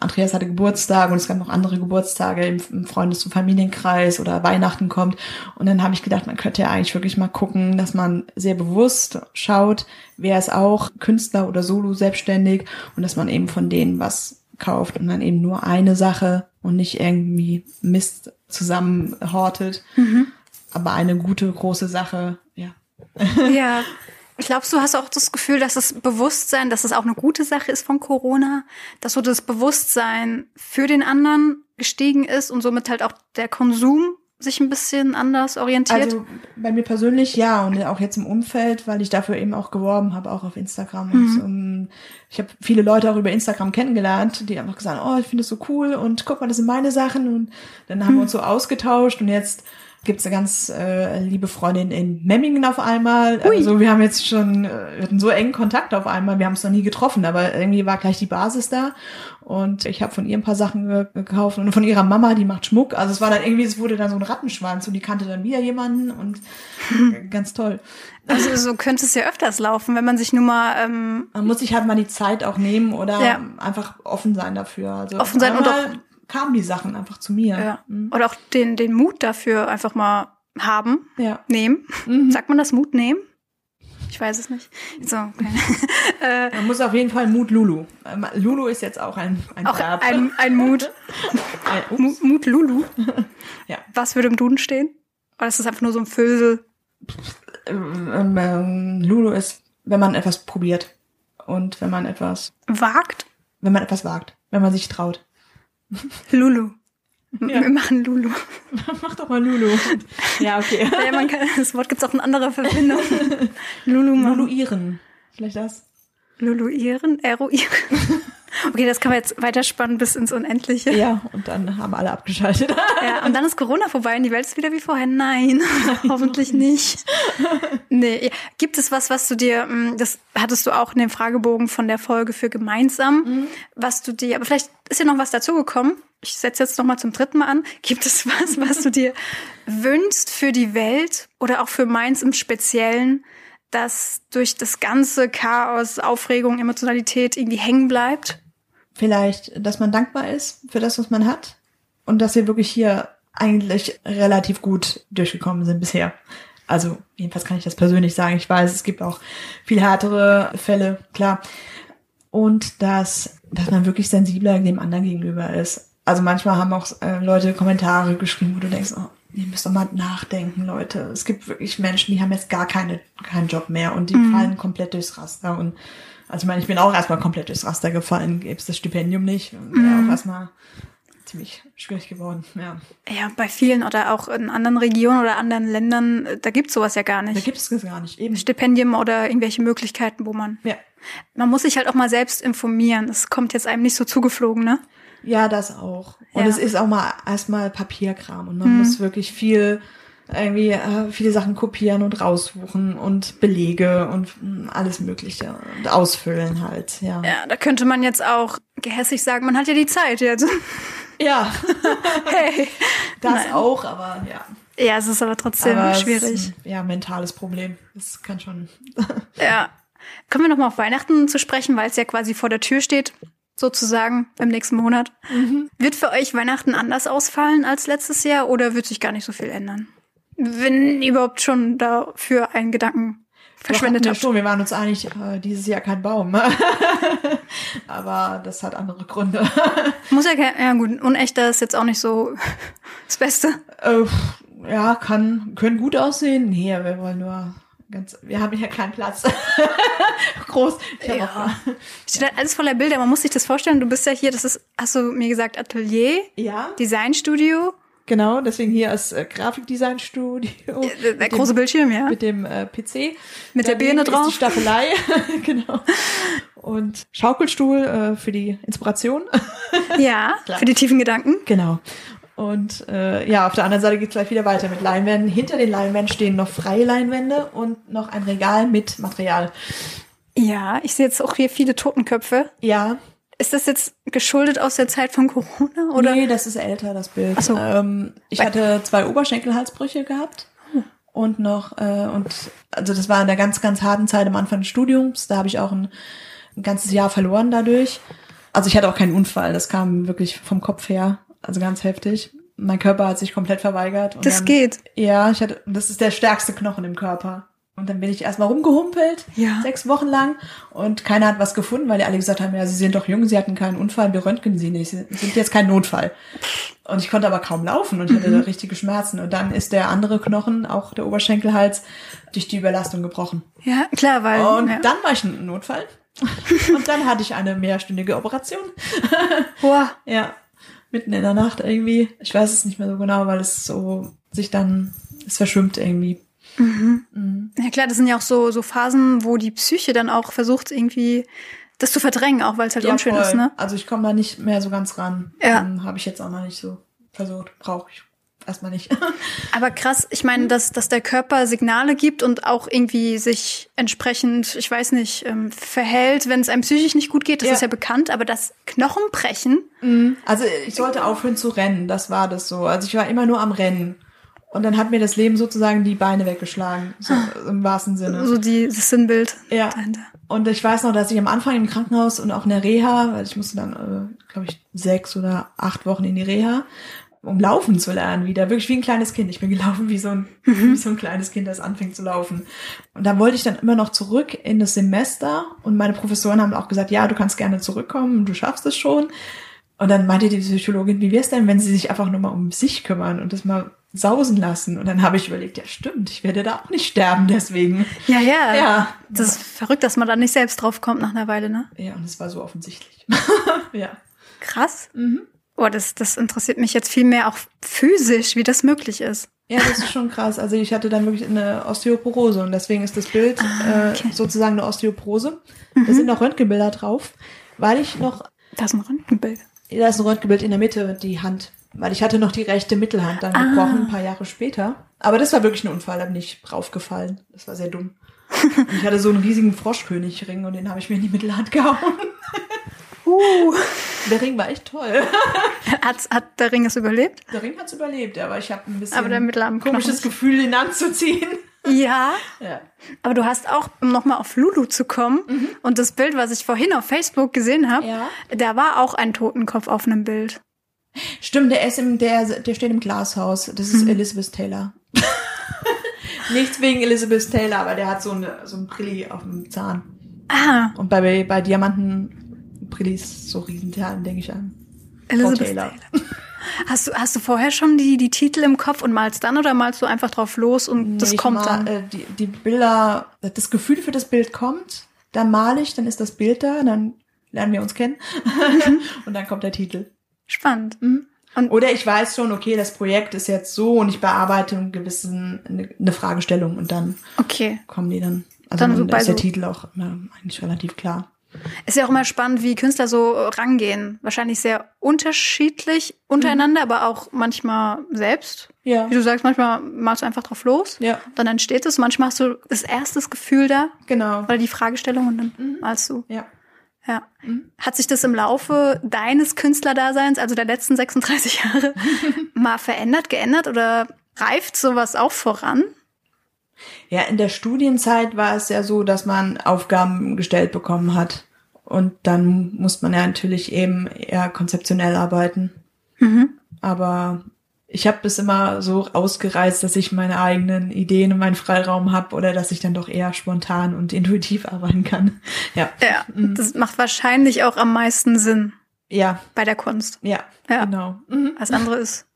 Andreas hatte Geburtstag und es gab noch andere Geburtstage im, im Freundes- und Familienkreis oder Weihnachten kommt. Und dann habe ich gedacht, man könnte ja eigentlich wirklich mal gucken, dass man sehr bewusst schaut, wer ist auch Künstler oder Solo selbstständig und dass man eben von denen was kauft und dann eben nur eine Sache und nicht irgendwie Mist zusammenhortet. Aber eine gute, große Sache, ja. Ja. Glaubst du, hast du auch das Gefühl, dass das Bewusstsein, dass es auch eine gute Sache ist von Corona, dass so das Bewusstsein für den anderen gestiegen ist und somit halt auch der Konsum sich ein bisschen anders orientiert? Also bei mir persönlich ja und auch jetzt im Umfeld, weil ich dafür eben auch geworben habe, auch auf Instagram. um Und so. ich habe viele Leute auch über Instagram kennengelernt, die einfach gesagt, haben, oh, ich finde das so cool und guck mal, das sind meine Sachen. Und dann haben wir uns so ausgetauscht und jetzt gibt's eine ganz äh, liebe Freundin in Memmingen auf einmal. Also wir haben jetzt schon, äh, wir hatten so engen Kontakt auf einmal, wir haben es noch nie getroffen, aber irgendwie war gleich die Basis da. Und ich habe von ihr ein paar Sachen ge gekauft und von ihrer Mama, die macht Schmuck. Also es war dann irgendwie, es wurde dann so ein Rattenschwanz und die kannte dann wieder jemanden und ganz toll. Also so könnte es ja öfters laufen, wenn man sich nur mal ähm, Man muss sich halt mal die Zeit auch nehmen oder Ja. einfach offen sein dafür. Also Offen sein und einmal kamen die Sachen einfach zu mir. ja. Mhm. oder auch den, den Mut dafür einfach mal haben, ja. nehmen. Mhm. Sagt man das Mut nehmen? Ich weiß es nicht. So, okay. äh, Man muss auf jeden Fall Mut Lulu. Ähm, Lulu ist jetzt auch ein, ein auch Verb. ein, ein Mut. Ein- ups. Mu- Mut Lulu. Ja. Was würde im Duden stehen? Oder ist das einfach nur so ein Fösel? ähm, ähm, Lulu ist, wenn man etwas probiert und wenn man etwas, Wagt? wenn man etwas wagt, wenn man sich traut. Lulu. M- Ja. Wir machen Lulu. Mach doch mal Lulu. ja, okay. Ja, man kann, das Wort gibt es auch in anderer Verbindung. Lulu machen. Luluieren. Vielleicht das. Luluieren? Eruieren? Okay, das kann man jetzt weiterspannen bis ins Unendliche. Ja, und dann haben alle abgeschaltet. Ja, und dann ist Corona vorbei und die Welt ist wieder wie vorher. Nein, hoffentlich nicht. Nee, ja. gibt es was, was du dir, mm, das hattest du auch in dem Fragebogen von der Folge für gemeinsam, was du dir, aber vielleicht ist ja noch was dazugekommen. Ich setze jetzt noch mal zum dritten Mal an. Gibt es was, was du dir wünschst für die Welt oder auch für Mainz im Speziellen, dass durch das ganze Chaos, Aufregung, Emotionalität irgendwie hängen bleibt? Vielleicht, dass man dankbar ist für das, was man hat. Und dass wir wirklich hier eigentlich relativ gut durchgekommen sind bisher. Also, jedenfalls kann ich das persönlich sagen. Ich weiß, es gibt auch viel härtere Fälle, klar. und dass, dass man wirklich sensibler dem anderen gegenüber ist. Also manchmal haben auch äh, Leute Kommentare geschrieben, wo du denkst, oh, ihr müsst doch mal nachdenken, Leute. Es gibt wirklich Menschen, die haben jetzt gar keine, keinen Job mehr und die fallen komplett durchs Raster. Und also ich meine, ich bin auch erstmal komplett durchs Raster gefallen, gäbe es das Stipendium nicht. Und Wäre auch erstmal ziemlich schwierig geworden. Ja. Ja, bei vielen oder auch in anderen Regionen oder anderen Ländern, äh, da gibt's sowas ja gar Da nicht. gibt es das gar nicht. Eben. Stipendien oder irgendwelche Möglichkeiten, wo man. Ja. Man muss sich halt auch mal selbst informieren. Das kommt jetzt einem nicht so zugeflogen, ne? Ja, das auch. Und Ja. Mhm. es ist auch mal erstmal Papierkram und man muss wirklich viel irgendwie äh, viele Sachen kopieren und raussuchen und Belege und mh, alles Mögliche und ausfüllen halt. Ja. Ja, da könnte man jetzt auch gehässig sagen, man hat ja die Zeit jetzt. Ja, hey. das Nein. auch, aber ja. Ja, es ist aber trotzdem aber es ist schwierig. ein, ja, mentales Problem. Das kann schon. Ja. Kommen wir nochmal auf Weihnachten zu sprechen, weil es ja quasi vor der Tür steht, sozusagen im nächsten Monat. Mhm. Wird für euch Weihnachten anders ausfallen als letztes Jahr oder wird sich gar nicht so viel ändern? Wenn ihr überhaupt schon dafür einen Gedanken verschwendet Doch, hatten wir habt. schon. Wir waren uns einig, äh, dieses Jahr kein Baum. aber das hat andere Gründe. Muss ja, kein- ja gut, unechter ist jetzt auch nicht so das Beste. Äh, ja, kann, können gut aussehen. Nee, wir wollen nur ganz, wir haben hier keinen Platz. Groß. Ich hab Ja. Auch, Steht halt alles voller Bilder, man muss sich das vorstellen. Du bist ja hier, das ist, hast du mir gesagt, Atelier, ja, Designstudio, genau. Deswegen hier das äh, Grafikdesignstudio. der, der große Bildschirm, ja. Mit dem äh, PC. Mit der Daneben Birne ist drauf. Die Staffelei. genau. Und Schaukelstuhl äh, für die Inspiration. Ja, Klar. für die tiefen Gedanken. genau. Und äh, ja, auf der anderen Seite geht es gleich wieder weiter mit Leinwänden. Hinter den Leinwänden stehen noch freie Leinwände und noch ein Regal mit Material. Ja, ich sehe jetzt auch hier viele Totenköpfe. Ja, Ist das jetzt geschuldet aus der Zeit von Corona? Oder? Nee, das ist älter, das Bild. Ach so. ähm, ich Weil- hatte zwei Oberschenkelhalsbrüche gehabt Oh. und noch, äh, und also das war in der ganz, ganz harten Zeit am Anfang des Studiums. Da habe ich auch ein, ein ganzes Jahr verloren dadurch. Also ich hatte auch keinen Unfall, das kam wirklich vom Kopf her. Also ganz heftig. Mein Körper hat sich komplett verweigert. Und Das dann, geht. Ja, ich hatte, das ist der stärkste Knochen im Körper. Und dann bin ich erstmal rumgehumpelt, Ja. sechs Wochen lang. Und keiner hat was gefunden, weil die alle gesagt haben, ja, sie sind doch jung, sie hatten keinen Unfall, wir röntgen sie nicht, sie sind jetzt kein Notfall. Und ich konnte aber kaum laufen und ich Mhm. hatte da richtige Schmerzen. Und dann ist der andere Knochen, auch der Oberschenkelhals, durch die Überlastung gebrochen. Ja, klar, weil. Und Also, ja. dann war ich ein Notfall. und dann hatte ich eine mehrstündige Operation. Boah. Ja, mitten in der Nacht irgendwie. Ich weiß es nicht mehr so genau, weil es so sich dann, es verschwimmt irgendwie. Ja klar, das sind ja auch so, so Phasen, wo die Psyche dann auch versucht, irgendwie das zu verdrängen, auch weil es halt Ja, unschön voll. ist, ne? Also ich komme da nicht mehr so ganz ran. Ja. Habe ich jetzt auch noch nicht so versucht. Brauche ich erstmal nicht. Aber krass, ich meine, dass, dass der Körper Signale gibt und auch irgendwie sich entsprechend, ich weiß nicht, ähm, verhält, wenn es einem psychisch nicht gut geht, das Ja. ist ja bekannt, aber das Knochenbrechen, Also ich sollte aufhören zu rennen, das war das so. Also ich war immer nur am Rennen. Und dann hat mir das Leben sozusagen die Beine weggeschlagen, so im wahrsten Sinne. Ah. so die, das Sinnbild Ja. dahinter. Und ich weiß noch, dass ich am Anfang im Krankenhaus und auch in der Reha, weil ich musste dann, äh, glaube ich, sechs oder acht Wochen in die Reha, um laufen zu lernen wieder. Wirklich wie ein kleines Kind. Ich bin gelaufen wie so ein, wie so ein kleines Kind, das anfängt zu laufen. Und dann wollte ich dann immer noch zurück in das Semester. Und meine Professoren haben auch gesagt, ja, du kannst gerne zurückkommen, du schaffst es schon. Und dann meinte die Psychologin, wie wär's denn, wenn sie sich einfach nur mal um sich kümmern und das mal sausen lassen? Und dann habe ich überlegt, ja stimmt, ich werde da auch nicht sterben deswegen. Ja, ja, Ja. Das ist verrückt, dass man da nicht selbst drauf kommt nach einer Weile, ne? Ja, und es war so offensichtlich. ja. Krass. Mhm. Boah, das, das interessiert mich jetzt viel mehr auch physisch, wie das möglich ist. Ja, das ist schon krass. Also ich hatte dann wirklich eine Osteoporose und deswegen ist das Bild äh, sozusagen eine Osteoporose. Da sind noch Röntgenbilder drauf, weil ich noch, Da ist ein Röntgenbild. da ist ein Röntgenbild in der Mitte, die Hand, weil ich hatte noch die rechte Mittelhand dann gebrochen, ein paar Jahre später. Aber das war wirklich ein Unfall, da bin ich draufgefallen. Das war sehr dumm. Und ich hatte so einen riesigen Froschkönigring und den habe ich mir in die Mittelhand gehauen. Uh. Der Ring war echt toll. Hat, hat der Ring es überlebt? Der Ring hat's überlebt, aber ich habe ein bisschen Aber der Mittelarm- komisches Gefühl, ihn anzuziehen. Ja. Ja. Aber du hast auch, um nochmal auf Lulu zu kommen, und das Bild, was ich vorhin auf Facebook gesehen habe, Mhm. Ja. da war auch ein Totenkopf auf einem Bild. Stimmt, der ist im, der, der steht im Glashaus. Das Mhm. ist Elizabeth Taylor. Nichts wegen Elizabeth Taylor, aber der hat so, eine, so ein Brilli auf dem Zahn. Ah, Und bei, bei Diamanten Brillis so Riesenzahn, denke ich an. Elizabeth Taylor. Taylor. Hast du, hast du vorher schon die, die Titel im Kopf und malst dann oder malst du einfach drauf los und das Ich kommt mal, dann? Äh, die, die Bilder, das Gefühl für das Bild kommt, dann male ich, dann ist das Bild da, dann lernen wir uns kennen. Mhm. und dann kommt der Titel. Spannend. Oder ich weiß schon, okay, das Projekt ist jetzt so und ich bearbeite einen gewissen, eine, eine Fragestellung und dann Okay. kommen die dann. Also Dann dann, so bei ist der so- Titel auch immer eigentlich relativ klar. Ist ja auch immer spannend, wie Künstler so äh, rangehen. Wahrscheinlich sehr unterschiedlich untereinander, aber auch manchmal selbst. Ja. Wie du sagst, manchmal malst du einfach drauf los. Ja. Dann entsteht es. Manchmal hast du das erste Gefühl da Genau. oder die Fragestellung und dann malst du. Ja. Ja. Hat sich das im Laufe deines Künstlerdaseins, also der letzten 36 Jahre, mal verändert, geändert oder reift sowas auch voran? Ja, in der Studienzeit war es ja so, dass man Aufgaben gestellt bekommen hat. Und dann muss man ja natürlich eben eher konzeptionell arbeiten. Mhm. Aber ich habe es immer so ausgereizt, dass ich meine eigenen Ideen und meinen Freiraum habe oder dass ich dann doch eher spontan und intuitiv arbeiten kann. Ja. Ja, das macht wahrscheinlich auch am meisten Sinn Ja, bei der Kunst. ja, Ja. genau. Mhm. Alles andere ist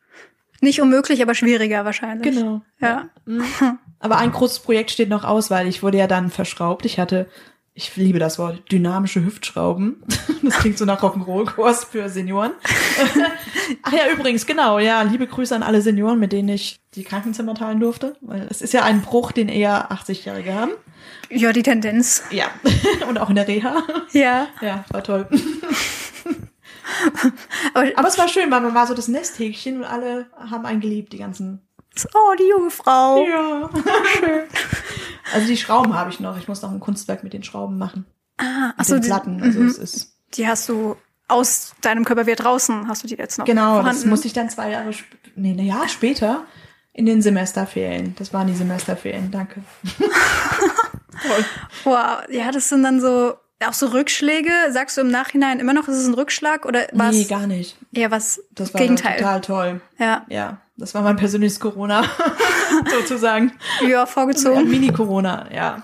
nicht unmöglich, aber schwieriger wahrscheinlich. Genau. Ja. Aber ein großes Projekt steht noch aus, weil ich wurde ja dann verschraubt. Ich hatte, ich liebe das Wort, dynamische Hüftschrauben. Das klingt so nach Rock'n'Roll-Kurs für Senioren. Ach ja, übrigens, genau, ja, liebe Grüße an alle Senioren, mit denen ich die Krankenzimmer teilen durfte. Weil es ist ja ein Bruch, den eher 80-Jährige haben. Ja, die Tendenz. Ja. Und auch in der Reha. Ja. Ja, war toll. Aber, Aber es war schön, weil man war so das Nesthäkchen und alle haben einen geliebt, die ganzen. oh, die junge Frau. Ja, schön. Also die Schrauben habe ich noch. Ich muss noch ein Kunstwerk mit den Schrauben machen. Ah, Mit achso, den die, Platten. Also es ist die hast du aus deinem Körper wieder draußen, hast du die jetzt noch Genau, das vorhanden. musste ich dann zwei Jahre, sp- nee, ein Jahr später in den Semesterferien. Das waren die Semesterferien, danke. Toll. Wow, ja, das sind dann so auch so Rückschläge. Sagst du im Nachhinein immer noch, ist es ein Rückschlag oder was? Nee, gar nicht. Ja, was? Das war Gegenteil. total toll. Ja, Ja, das war mein persönliches Corona, sozusagen. ja, Ja, vorgezogen. Mini-Corona, ja.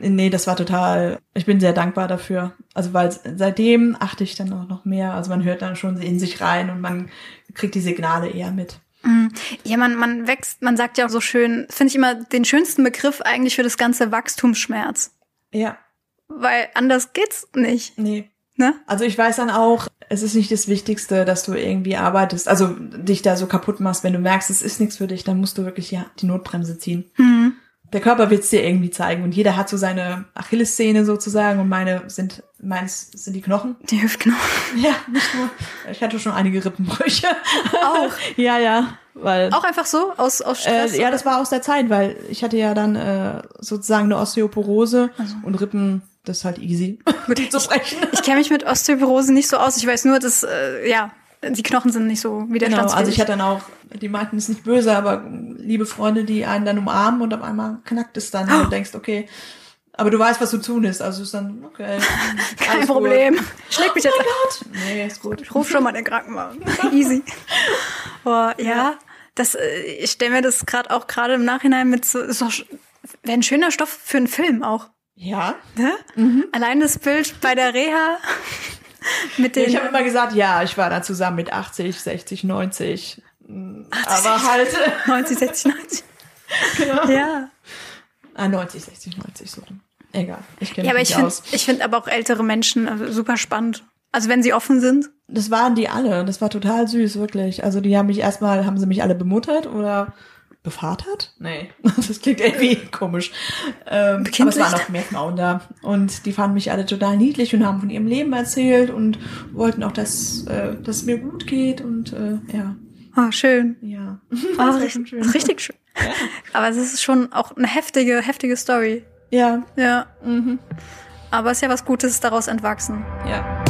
Nee, das war total, ich bin sehr dankbar dafür. Also weil seitdem achte ich dann auch noch mehr. Also man hört dann schon in sich rein und man kriegt die Signale eher mit. Mhm. Ja, man, man wächst, man sagt ja auch so schön, finde ich immer den schönsten Begriff eigentlich für das ganze Wachstumsschmerz. Ja, Weil anders geht's nicht, nee. ne? Also ich weiß dann auch, es ist nicht das Wichtigste, dass du irgendwie arbeitest, also dich da so kaputt machst, wenn du merkst, es ist nichts für dich, dann musst du wirklich ja die Notbremse ziehen. Mhm. Der Körper wird's dir irgendwie zeigen und jeder hat so seine Achillessehne sozusagen und meine sind meins sind die Knochen. Die genau. Hüftknochen. Ja, nicht nur. Ich hatte schon einige Rippenbrüche. Auch. ja, ja, weil Auch einfach so aus, aus Stress. äh, ja, das war aus der Zeit, weil ich hatte ja dann äh, sozusagen eine Osteoporose und Rippen, das ist halt easy, Gut, die zu brechen. Ich kenne mich mit Osteoporose nicht so aus. Ich weiß nur, dass äh, ja die Knochen sind nicht so Genau, widerstandsfähig. also ich hatte dann auch, die meinten es ist nicht böse, aber liebe Freunde, die einen dann umarmen und auf einmal knackt es dann Oh. und du denkst, okay, aber du weißt, was zu tun ist, also ist dann, okay. kein alles gut. Oh Problem. Schläg mich jetzt. Nee, ist gut. Ich ruf schon mal den Krankenwagen. Easy. Boah, ja, das, äh, ich stelle mir das gerade auch gerade im Nachhinein mit so, ist doch sch- wäre ein schöner Stoff für einen Film auch. Ja. Ne? Mhm. Allein das Bild bei der Reha mit den. Ich habe immer gesagt, ja, ich war da zusammen mit 80, 60, 90. Aber halt, 90, 60, 90. Genau. Ja. ah, 90, 60, 90, so. rum. Egal, ich kenne ja, aber mich ich nicht finde aus. ich find aber auch ältere Menschen äh, super spannend. Also wenn sie offen sind. Das waren die alle, das war total süß, wirklich. Also die haben mich erstmal, haben sie mich alle bemuttert oder bevatert? Nee, das klingt irgendwie komisch. Ähm, aber es Bekindlicht? waren auch mehr Frauen da und die fanden mich alle total niedlich und haben von ihrem Leben erzählt und wollten auch, dass, äh, dass es mir gut geht und äh, ja, Oh, schön. ja. Oh, war schon richtig, schön. richtig schön. Aber es ist schon auch eine heftige, heftige Story. Ja, Ja. mhm. Aber es ist ja was Gutes daraus entwachsen. ja.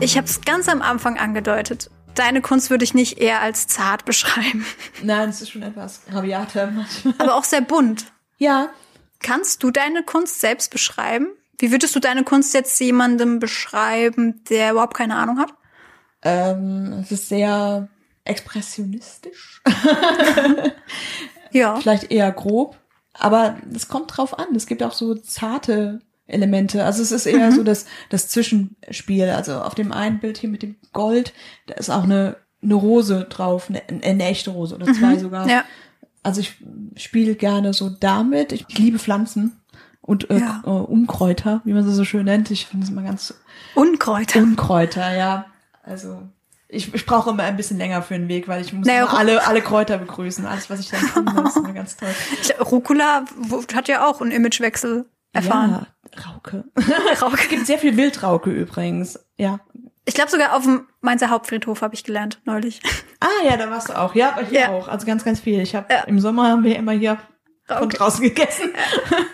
Ich habe es ganz am Anfang angedeutet. Deine Kunst würde ich nicht eher als zart beschreiben, Nein, es ist schon etwas rabiater manchmal. aber auch sehr bunt. Ja, Kannst du deine Kunst selbst beschreiben? Wie würdest du deine Kunst jetzt jemandem beschreiben, der überhaupt keine Ahnung hat? ähm, es ist sehr expressionistisch. Ja. vielleicht eher grob. Aber es kommt drauf an. Es gibt auch so zarte Elemente. Also es ist eher so Mhm. das, das Zwischenspiel. Also auf dem einen Bild hier mit dem Gold, da ist auch eine, eine Rose drauf, eine, eine echte Rose oder zwei sogar. Mhm. Ja. Also ich spiele gerne so damit. Ich liebe Pflanzen und äh, Ja. äh, Unkräuter, wie man sie so schön nennt. Ich finde es immer ganz Unkräuter. Unkräuter, ja. Also ich, ich brauche immer ein bisschen länger für den Weg, weil ich muss Naja, immer Ru- alle, alle Kräuter begrüßen. Alles, was ich dann tun muss, ist immer ganz toll. Rucola wo- hat ja auch einen Imagewechsel erfahren. Ja, Rauke. Rauch. Gibt sehr viel Wildrauke übrigens. Ja. Ich glaube sogar auf dem Mainzer Hauptfriedhof habe ich gelernt neulich. Ah ja, da warst du auch. Ja, aber hier Ja. auch. Also ganz, ganz viel. Ich habe Ja. im Sommer haben wir immer hier von Rauke. draußen gegessen.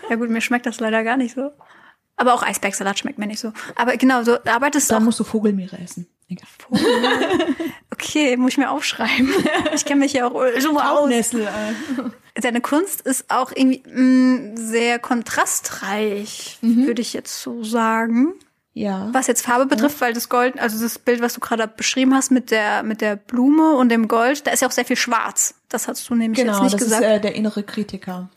Ja gut, mir schmeckt das leider gar nicht so. Aber auch Eisbergsalat schmeckt mir nicht so. Aber genau, so da arbeitest du Da auch. musst du Vogelmeere essen. Egal. Okay, muss ich mir aufschreiben. Ich kenne mich ja auch super aus. Tauchnessel. Äh. Deine Kunst ist auch irgendwie mh, sehr kontrastreich, würde ich jetzt so sagen. Mhm. Ja. Was jetzt Farbe betrifft, weil das Gold, also das Bild, was du gerade beschrieben hast mit der mit der Blume und dem Gold, da ist ja auch sehr viel Schwarz. Das hast du nämlich Genau, jetzt nicht das gesagt. ist äh, der innere Kritiker.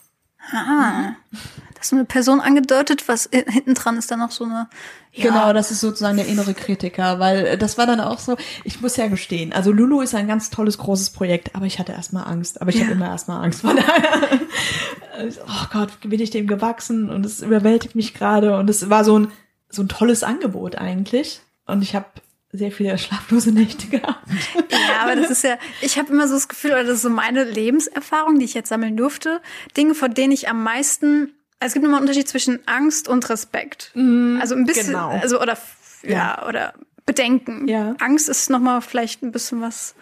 ah, da ist so eine Person angedeutet, was hin- hinten dran ist dann noch so eine. Ja, Genau, das ist sozusagen der innere Kritiker, weil äh, das war dann auch so, ich muss ja gestehen, also Lulu ist ein ganz tolles, großes Projekt, aber ich hatte erstmal Angst, aber ich habe immer erstmal Angst, von daher, äh, oh Gott, bin ich dem gewachsen und es überwältigt mich gerade und es war so ein, so ein tolles Angebot eigentlich und ich habe sehr viele schlaflose Nächte gehabt. Ja, aber das ist ja, ich habe immer so das Gefühl, oder das ist so meine Lebenserfahrung, die ich jetzt sammeln durfte, Dinge, vor denen ich am meisten, also es gibt immer einen Unterschied zwischen Angst und Respekt. also ein bisschen, genau. also oder f- ja, oder Bedenken. Ja. Mhm. Angst ist nochmal vielleicht ein bisschen was,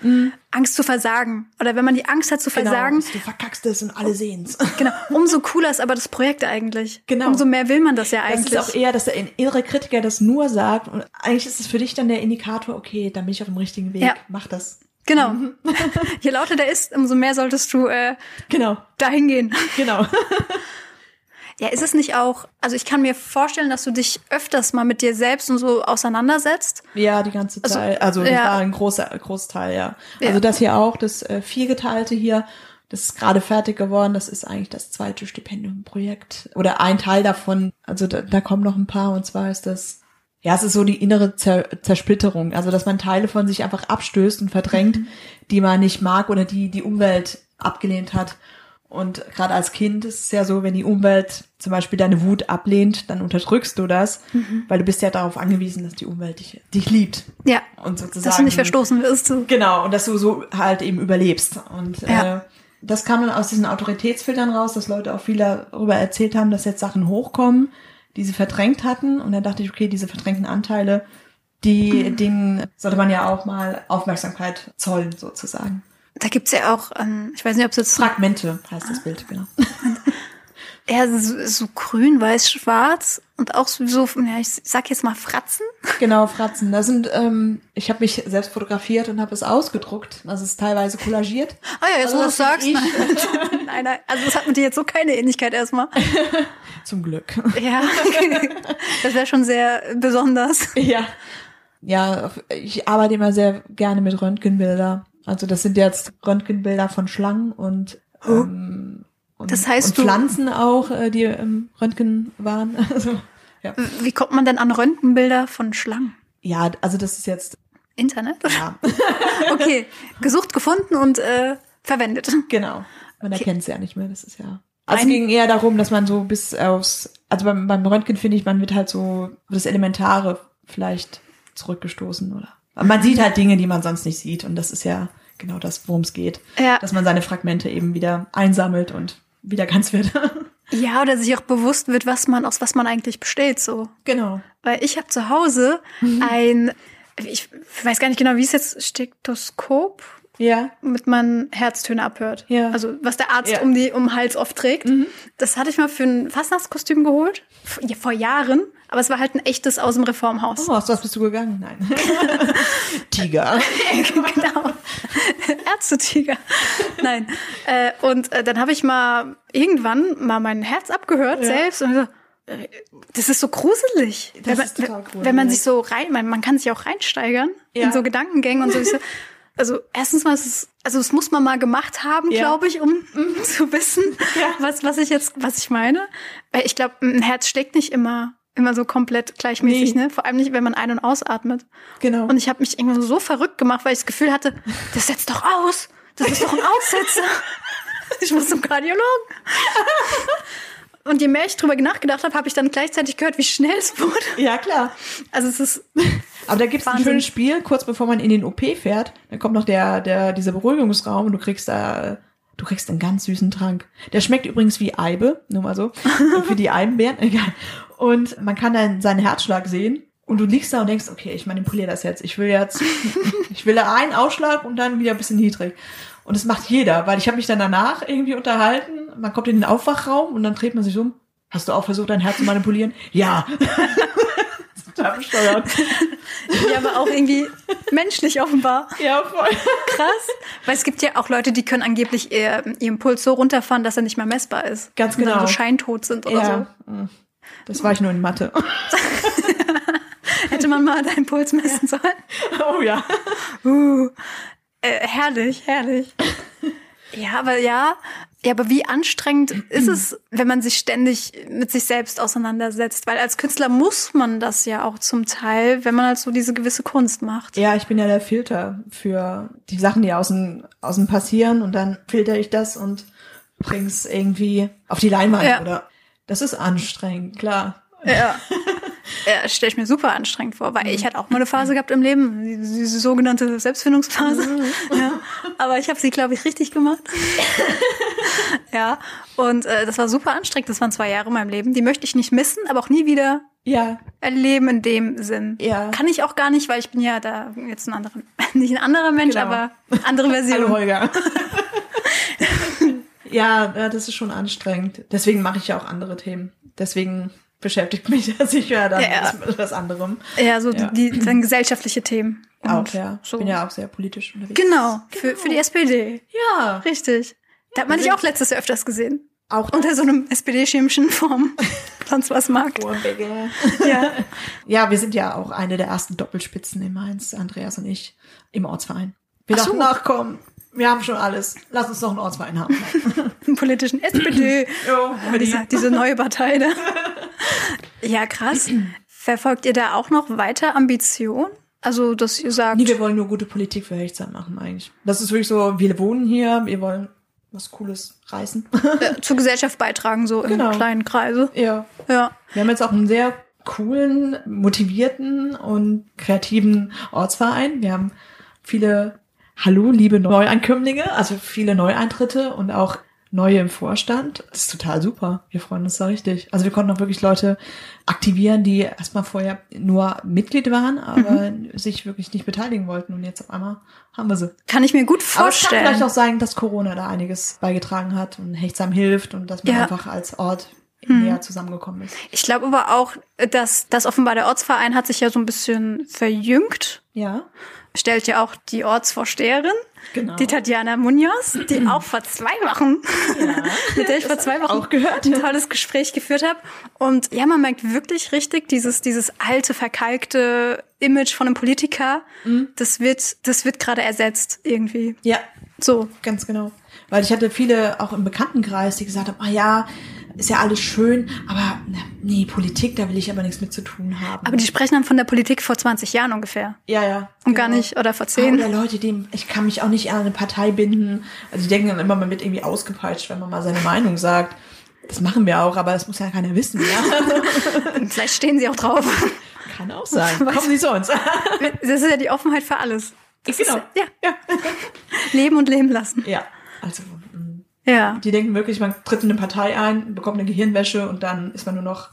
Angst zu versagen. Oder wenn man die Angst hat zu Genau, versagen, du verkackst es und alle sehen's. genau, umso cooler ist aber das Projekt eigentlich. Genau. Umso mehr will man das ja Das eigentlich. ist auch eh- eher, dass der innere Kritiker das nur sagt und eigentlich ist es für dich dann der Indikator, okay, dann bin ich auf dem richtigen Weg, Ja. mach das. genau. Mhm. Je lauter der ist, umso mehr solltest du äh, Genau, dahin gehen. genau. Ja, ist es nicht auch, also ich kann mir vorstellen, dass du dich öfters mal mit dir selbst und so auseinandersetzt. Ja, die ganze Also, Zeit. Also, das ja. war ein großer Großteil, ja. Ja. Also das hier auch, das äh, Viergeteilte hier, das ist gerade fertig geworden. Das ist eigentlich das zweite Stipendiumprojekt oder ein Teil davon. Also da, da kommen noch ein paar und zwar ist das, ja, es ist so die innere Zer Zersplitterung. Also dass man Teile von sich einfach abstößt und verdrängt, Mhm. die man nicht mag oder die die Umwelt abgelehnt hat. Und gerade als Kind ist es ja so, wenn die Umwelt zum Beispiel deine Wut ablehnt, dann unterdrückst du das, Mhm. weil du bist ja darauf angewiesen, dass die Umwelt dich, dich liebt. Ja. Und sozusagen. Dass du nicht verstoßen wirst. So. Genau, und dass du so halt eben überlebst. Und Ja. äh, das kam dann aus diesen Autoritätsfiltern raus, dass Leute auch viel darüber erzählt haben, dass jetzt Sachen hochkommen, die sie verdrängt hatten. Und dann dachte ich, okay, diese verdrängten Anteile, die, denen sollte man ja auch mal Aufmerksamkeit zollen, sozusagen. Da gibt's ja auch, ähm, ich weiß nicht, ob es jetzt Fragmente heißt das Bild, genau. eher so, so grün, weiß, schwarz und auch so, so, ja, ich sag jetzt mal Fratzen. Genau, Fratzen. Da sind, ähm, ich habe mich selbst fotografiert und habe es ausgedruckt. Das ist teilweise kollagiert. Ah ja, jetzt Also wo du das sagst. bin Nein. nein, nein, also das hat mit dir jetzt so keine Ähnlichkeit erstmal. Zum Glück. Ja, das wäre schon sehr besonders. Ja. Ja, auf- ich arbeite immer sehr gerne mit Röntgenbilder. Also das sind jetzt Röntgenbilder von Schlangen und, ähm, und, Oh. Das heißt, und du- Pflanzen auch, äh, die im Röntgen waren. Also, ja. Wie kommt man denn an Röntgenbilder von Schlangen? ja, also das ist jetzt, Internet? ja, Okay, gesucht, gefunden und äh, verwendet. genau. Man erkennt es ja nicht mehr, das ist ja. Also Ein- es ging eher darum, dass man so bis aufs, also beim, beim Röntgen finde ich, man wird halt so auf das Elementare vielleicht zurückgestoßen oder. Man sieht halt Dinge, die man sonst nicht sieht und das ist ja genau das, worum es geht. Ja. dass man seine Fragmente eben wieder einsammelt und wieder ganz wird. Ja, oder sich auch bewusst wird, was man aus was man eigentlich besteht so. genau. Weil ich habe zu Hause Mhm. ein ich weiß gar nicht genau, wie es jetzt Stethoskop, Ja. mit man Herztöne abhört. Ja. Also was der Arzt Ja. Mhm. um die um den Hals oft trägt. Das hatte ich mal für ein Fastnachtskostüm geholt vor, ja, vor Jahren, aber es war halt ein echtes aus dem Reformhaus. Oh, aus was bist du gegangen? Nein. Tiger. genau. Ärztetiger. Nein. Äh, und äh, dann habe ich mal irgendwann mal mein Herz abgehört selbst und so, äh, das ist so gruselig. Das wenn man, ist total cool, Wenn man ja. sich so rein, man, man kann sich auch reinsteigern Ja. in so Gedankengänge und so. Ich so also erstens mal, ist es, also das muss man mal gemacht haben, Ja. glaube ich, um zu wissen, was, was ich jetzt, was ich meine. Weil ich glaube, ein Herz schlägt nicht immer, immer so komplett gleichmäßig, Nee. ne? Vor allem nicht, wenn man ein- und ausatmet. Genau. Und ich habe mich irgendwann so verrückt gemacht, weil ich das Gefühl hatte, das setzt doch aus. Das ist doch ein Aussetzer. Ich muss zum Kardiologen. Und je mehr ich drüber nachgedacht habe, habe ich dann gleichzeitig gehört, wie schnell es wurde. ja, klar. Also es ist, Aber da gibt es ein Wahnsinn. schönes Spiel, kurz bevor man in den OP fährt, dann kommt noch der, der, dieser Beruhigungsraum und du kriegst da, äh, du kriegst einen ganz süßen Trank. Der schmeckt übrigens wie Eibe, nur mal so, für die Eibenbären, egal. Und man kann dann seinen Herzschlag sehen und du liegst da und denkst, okay, ich manipuliere das jetzt. Ich will jetzt, ich will einen Ausschlag und dann wieder ein bisschen niedrig. Und das macht jeder, weil ich habe mich dann danach irgendwie unterhalten, man kommt in den Aufwachraum und dann dreht man sich um. Hast du auch versucht, dein Herz zu manipulieren? Ja. Total bescheuert. ja, aber auch irgendwie menschlich offenbar. Ja, voll. Krass. Weil es gibt ja auch Leute, die können angeblich ihr, ihren Puls so runterfahren, dass er nicht mehr messbar ist. Ganz Wenn genau. die so scheintot sind oder Ja. Mm. Das war ich nur in Mathe. so. Hätte man mal deinen Puls messen sollen. Oh ja. Uh, äh, herrlich, herrlich. ja, aber ja, ja, aber wie anstrengend ist es, wenn man sich ständig mit sich selbst auseinandersetzt? Weil als Künstler muss man das ja auch zum Teil, wenn man halt so diese gewisse Kunst macht. Ja, ich bin ja der Filter für die Sachen, die außen, außen passieren und dann filter ich das und bring's irgendwie auf die Leinwand Ja. oder. Das ist anstrengend, klar. Ja. äh, stelle ich mir super anstrengend vor, weil ich hatte auch mal eine Phase gehabt im Leben, die- diese sogenannte Selbstfindungsphase. ja. Aber ich habe sie, glaube ich, richtig gemacht. ja, und äh, das war super anstrengend. Das waren zwei Jahre in meinem Leben. Die möchte ich nicht missen, aber auch nie wieder Ja, erleben in dem Sinn. Ja. Kann ich auch gar nicht, weil ich bin ja da jetzt ein anderer, nicht ein anderer Mensch, Genau. aber andere Hallo Version. Holger. ja, ja, das ist schon anstrengend. Deswegen mache ich ja auch andere Themen. Deswegen beschäftigt mich ja sicher dann Ja, ja. mit was anderem. ja, so Ja. Die, dann gesellschaftliche Themen. Und Auch, ja. Ich So. bin ja auch sehr politisch unterwegs. Genau, Für, für die SPD. Ja, Richtig. Da hat man dich auch letztes Jahr öfters gesehen. auch Unter so einem SPD-chemischen Form. Sonst was mag. Ohrwege. Ja. Ja, wir sind ja auch eine der ersten Doppelspitzen in Mainz, Andreas und ich, im Ortsverein. Wir Ach so. dachten, ach komm, wir haben schon alles. Lass uns noch einen Ortsverein haben. Im politischen SPD. jo, Ja, diese, diese neue Partei da. Ja, krass. Verfolgt ihr da auch noch weiter Ambition? Also, dass ihr sagt, Nee, wir wollen nur gute Politik für Hechtsam machen eigentlich. Das ist wirklich so, wir wohnen hier, wir wollen was Cooles reißen. äh, zur Gesellschaft beitragen, so Genau. im kleinen Kreise. ja. Ja. Wir haben jetzt auch einen sehr coolen, motivierten und kreativen Ortsverein. Wir haben viele, hallo, liebe Neuankömmlinge, also viele Neueintritte und auch neue im Vorstand. Das ist total super. Wir freuen uns da richtig. Also wir konnten auch wirklich Leute aktivieren, die erstmal vorher nur Mitglied waren, aber Mhm. sich wirklich nicht beteiligen wollten. Und jetzt auf einmal haben wir sie. Kann ich mir gut Aber es kann vorstellen. vielleicht auch sein, dass Corona da einiges beigetragen hat und Hechtsam hilft und dass man Ja. Mhm. einfach als Ort näher zusammengekommen ist. ich glaube aber auch, dass das offenbar der Ortsverein hat sich ja so ein bisschen verjüngt. Ja, Stellt ja auch die Ortsvorsteherin, genau. die Tatjana Munoz, die auch vor zwei Wochen, mit der ich vor zwei Wochen auch gehört. ein tolles Gespräch geführt habe. Und ja, man merkt wirklich richtig dieses, dieses alte, verkalkte Image von einem Politiker. Mhm. Das wird, das wird gerade ersetzt irgendwie. Ja, So. ganz genau. Weil ich hatte viele auch im Bekanntenkreis, die gesagt haben, ah ja, ist ja alles schön, aber na, nee, Politik, da will ich aber nichts mit zu tun haben. Aber die sprechen dann von der Politik vor 20 Jahren ungefähr. ja, ja. Und gar nicht, oder vor Ah, 10. oder Leute, die, ich kann mich auch nicht an eine Partei binden. Also die denken dann immer, man wird irgendwie ausgepeitscht, wenn man mal seine Meinung sagt. Das machen wir auch, aber das muss ja keiner wissen, ja. Vielleicht stehen sie auch drauf. Kann auch sein. Kommen Sie sonst. Das ist ja die Offenheit für alles. Das Genau. Ist, ja, ja. leben und leben lassen. Ja. Also, mm, Ja. die denken wirklich, man tritt in eine Partei ein, bekommt eine Gehirnwäsche und dann ist man nur noch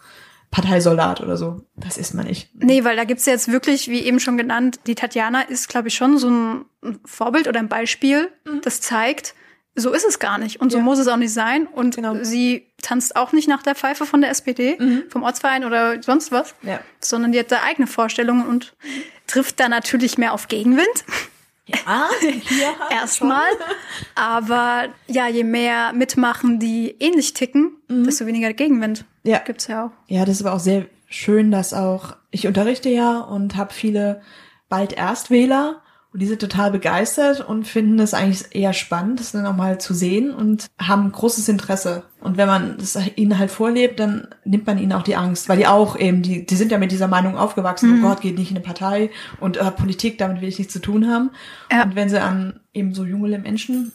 Parteisoldat oder so. Das ist man nicht. Nee, weil da gibt's jetzt wirklich, wie eben schon genannt, die Tatjana ist, glaube ich, schon so ein Vorbild oder ein Beispiel, das zeigt, so ist es gar nicht und so Ja. muss es auch nicht sein. Und Genau. sie tanzt auch nicht nach der Pfeife von der SPD, vom Ortsverein oder sonst was, Ja. sondern die hat da eigene Vorstellungen und trifft da natürlich mehr auf Gegenwind. Ah, hier Erstmal. Aber ja, je mehr mitmachen, die ähnlich ticken, desto weniger Gegenwind Mhm. Ja. gibt's ja auch. Ja, das ist aber auch sehr schön, dass auch ich unterrichte ja und habe viele bald Erstwähler und die sind total begeistert und finden das eigentlich eher spannend, das dann auch mal zu sehen und haben großes Interesse. Und wenn man das ihnen halt vorlebt, dann nimmt man ihnen auch die Angst, weil die auch eben, die, die sind ja mit dieser Meinung aufgewachsen, oh Gott, geht nicht in eine Partei und äh, Politik, damit will ich nichts zu tun haben. Ja. Und wenn sie an eben so junge Menschen